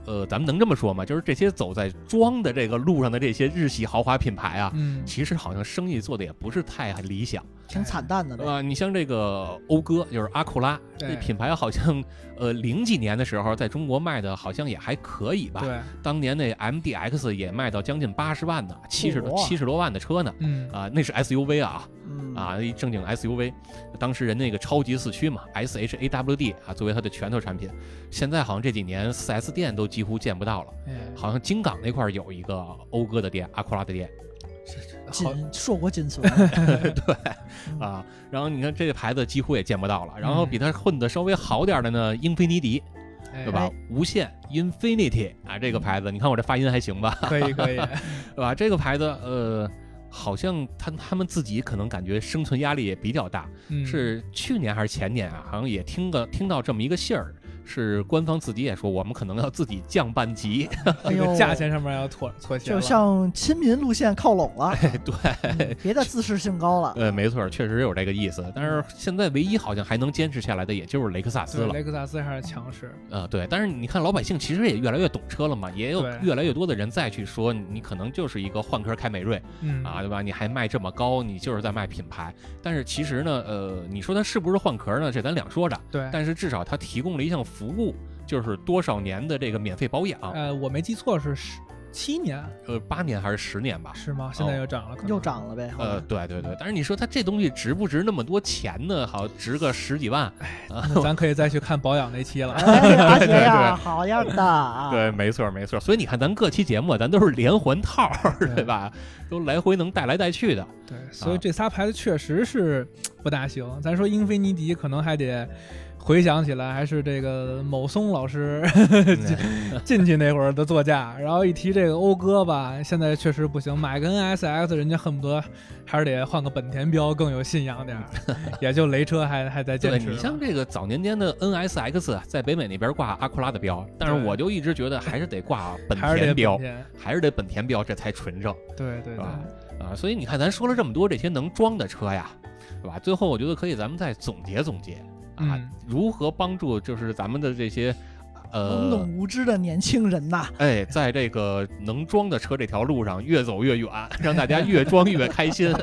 [SPEAKER 2] 呃，咱们能这么说吗？就是这些走在装的这个路上的这些日系豪华品牌啊，
[SPEAKER 3] 嗯，
[SPEAKER 2] 其实好像生意做的也不是太理想，
[SPEAKER 1] 挺惨淡 的，
[SPEAKER 2] 对
[SPEAKER 1] 对吧
[SPEAKER 2] 吧？你像这个讴歌，就是阿库拉
[SPEAKER 3] 嗯对
[SPEAKER 2] 这品牌，好像呃零几年的时候在中国卖的好像也还可以吧。
[SPEAKER 3] 对，
[SPEAKER 2] 当年那 MDX 也卖到将近八十万呢，七十多
[SPEAKER 1] 哇
[SPEAKER 2] 七十多万的车呢。
[SPEAKER 3] 嗯，
[SPEAKER 2] 啊，那是 SUV 啊，
[SPEAKER 1] 嗯
[SPEAKER 2] 啊，一正经 SUV，当时人那个超级四驱嘛，SHAWD 啊，作为它的拳头产品，现在好像这几年 4S 店都几乎见不到了，
[SPEAKER 3] 哎
[SPEAKER 2] 好像京港那块儿有一个讴歌的店，阿库拉的店，
[SPEAKER 3] 好，
[SPEAKER 1] 仅硕果 哎仅存。
[SPEAKER 2] 啊，然后你看这个牌子几乎也见不到了，然后比它混的稍微好点儿的呢，英菲尼迪
[SPEAKER 3] 哎
[SPEAKER 2] 对吧？无限 Infinity 啊，这个牌子，你看我这发音还行吧，
[SPEAKER 3] 哎可 以可以，
[SPEAKER 2] 对吧？这个牌子呃，好像他他们自己可能感觉生存压力也比较大，
[SPEAKER 3] 嗯，
[SPEAKER 2] 是去年还是前年啊？好像也听个听到这么一个信儿，是官方自己也说我们可能要自己降半 级，
[SPEAKER 1] 哎
[SPEAKER 3] 这个
[SPEAKER 1] 呦，
[SPEAKER 3] 价钱上面要妥妥协
[SPEAKER 1] 就
[SPEAKER 3] 了，
[SPEAKER 1] 向亲民路线靠拢了， 嗯
[SPEAKER 2] 对。
[SPEAKER 1] 别再自视性 高了。
[SPEAKER 2] 呃，没错，确实有这个意思。但是现在唯一好像还能坚持下来的，也就是雷克萨斯
[SPEAKER 3] 对
[SPEAKER 2] 了。
[SPEAKER 3] 雷克萨斯还是强势，
[SPEAKER 2] 呃，对，但是你看，老百姓其实也越来越懂车了嘛，也有
[SPEAKER 3] 对
[SPEAKER 2] 越来越多的人再去说，你你可能就是一个换壳凯美瑞
[SPEAKER 3] 嗯
[SPEAKER 2] 啊，，对吧？你还卖这么高，你就是在卖品牌。但是其实呢，呃，你说它是不是换壳呢？这咱两说着。
[SPEAKER 3] 对，
[SPEAKER 2] 但是至少它提供了一项服务，就是多少年的这个免费保养，
[SPEAKER 3] 呃，我没记错是十七年
[SPEAKER 2] 呃，八年还是十年吧？
[SPEAKER 3] 是吗？
[SPEAKER 2] 哦
[SPEAKER 3] 现在又涨了，可能
[SPEAKER 1] 又，涨了呗，好吧
[SPEAKER 2] 呃，对对对。但是你说它这东西值不值那么多钱呢？好，值个十几万。
[SPEAKER 3] 那咱可以再去看保养那期 了。
[SPEAKER 1] 哎，阿杰
[SPEAKER 2] 对对
[SPEAKER 1] 呀，好样的 啊！
[SPEAKER 2] 对，没错没错。所以你看，咱各期节目啊咱都是连环套儿，对吧？都来回能带来带去的。
[SPEAKER 3] 对，所以这仨牌子确实是不大行。咱说英菲尼迪，可能还得回想起来，还是这个某松老师进去那会儿的座驾。然后一提这个讴歌吧，现在确实不行，买个 NSX 人家恨不得还是得换个本田标更有信仰点儿，也就雷车还还在
[SPEAKER 2] 对
[SPEAKER 3] 坚持。
[SPEAKER 2] 你像这个早年间的 NSX，啊在北美那边挂阿库拉的标，但是
[SPEAKER 3] 对
[SPEAKER 2] 我就一直觉得还是得 挂本
[SPEAKER 3] 还是得
[SPEAKER 2] 田标
[SPEAKER 3] 本，田
[SPEAKER 2] 还是得本田标，这才纯正
[SPEAKER 3] 对对
[SPEAKER 2] 是
[SPEAKER 3] 对
[SPEAKER 2] 吧，？啊，所以你看，咱说了这么多这些能装的车呀，对吧？最后我觉得可以咱们再总结总结啊
[SPEAKER 3] 嗯，
[SPEAKER 2] 如何帮助就是咱们的这些
[SPEAKER 1] 懵
[SPEAKER 2] 呃
[SPEAKER 1] 懂。无知的年轻人呐，
[SPEAKER 2] 哎，在这个能装的车这条路上越走越远， 让大家越装越开 心，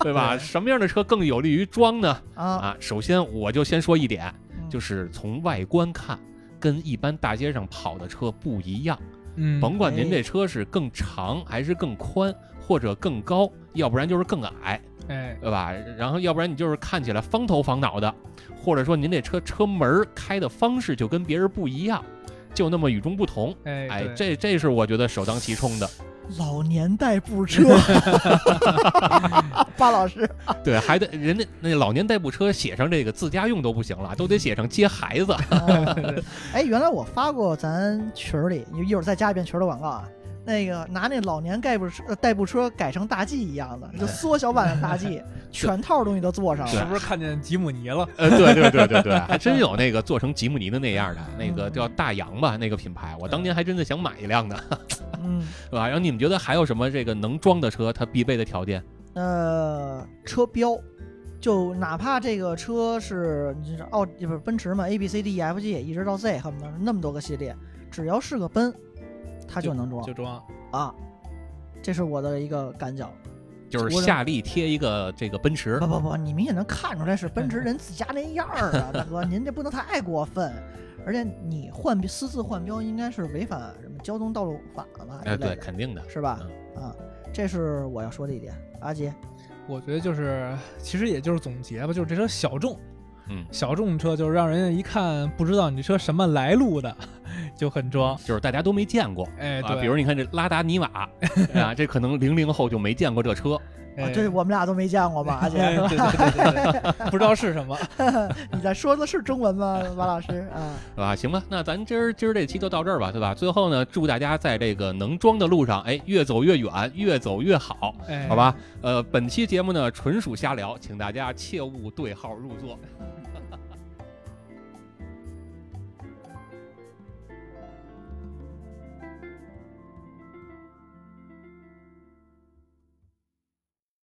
[SPEAKER 2] 对吧？什么样的车更有利于装呢？
[SPEAKER 1] 啊，
[SPEAKER 2] 啊，首先我就先说一点，
[SPEAKER 1] 嗯
[SPEAKER 2] 就是是从外观看，跟一般大街上跑的车不一样。
[SPEAKER 3] 嗯，
[SPEAKER 2] 甭管您
[SPEAKER 1] 哎
[SPEAKER 2] 这车是更长还是更宽，或者更高，要不然就是更矮，
[SPEAKER 3] 哎，
[SPEAKER 2] 对吧？然后要不然你就是看起来方头方脑的，或者说您这车车门儿开的方式就跟别人不一样，就那么与众不同。
[SPEAKER 3] 哎，
[SPEAKER 2] 哎，
[SPEAKER 3] 对
[SPEAKER 2] 这这是我觉得首当其 冲的。
[SPEAKER 1] 老年代步 车，巴老 师，
[SPEAKER 2] 对，还得人家那老年代步车写上这个自家用都不行了，都得写上接孩子。
[SPEAKER 1] 啊哎，原来我发过咱群儿里，一会儿再加一遍群儿的广告啊。那个拿那老年代步车呃代步车改成大 G 一样的，就缩小版的大 G，全套东西都做上
[SPEAKER 3] 是
[SPEAKER 1] 了。
[SPEAKER 3] 不是看见吉姆尼了？
[SPEAKER 2] 呃，对对对对对， 嗯还真有那个做成吉姆尼的那样的，那个叫大洋吧，那个品牌，我当年还真的想买一辆呢，
[SPEAKER 1] 嗯，
[SPEAKER 2] 是吧？然后你们觉得还有什么这个能装的车它必备的条件？
[SPEAKER 1] 呃，车标，就哪怕这个车是你是奥不是奔驰嘛，A B C D E F G 一直到 Z，恨不得是那么多个系列，只要是个奔，它就能装
[SPEAKER 3] 就装。
[SPEAKER 1] 啊。这是我的一个感脚。
[SPEAKER 2] 就是夏利贴一个这个奔驰
[SPEAKER 1] 不，不不，你明显能看出来是奔驰人自家那样儿啊，大哥，您这不能太过分。而且你换标私自换标，应该是违反什么交通道路法了吧？
[SPEAKER 2] 哎，
[SPEAKER 1] 之类的
[SPEAKER 2] 对，肯定的，
[SPEAKER 1] 是吧？啊，这是我要说的一点。阿杰，啊
[SPEAKER 3] 我觉得就是，其实也就是总结吧，就是这车小众，
[SPEAKER 2] 嗯
[SPEAKER 3] 小众车就是让人家一看不知道你这车什么来路的，就很装。
[SPEAKER 2] 就是大家都没见过。
[SPEAKER 3] 哎，
[SPEAKER 2] 啊，
[SPEAKER 3] 对，
[SPEAKER 2] 比如你看这拉达 尼瓦啊，这可能零零后就没见过这车，
[SPEAKER 3] 哎
[SPEAKER 1] 啊，这我们俩都没见过吧？阿
[SPEAKER 3] 哎
[SPEAKER 1] 杰，
[SPEAKER 3] 对对对对对，不知道是什么。
[SPEAKER 1] 你在说的是中文吗，马老师啊？
[SPEAKER 2] 是吧？行吧，那咱今儿今儿这期就到这儿吧，对吧？最后呢，祝大家在这个能装的路上，哎，越走越远，越走越好，
[SPEAKER 3] 哎，
[SPEAKER 2] 好吧？呃，本期节目呢纯属瞎聊，请大家切勿对号入座。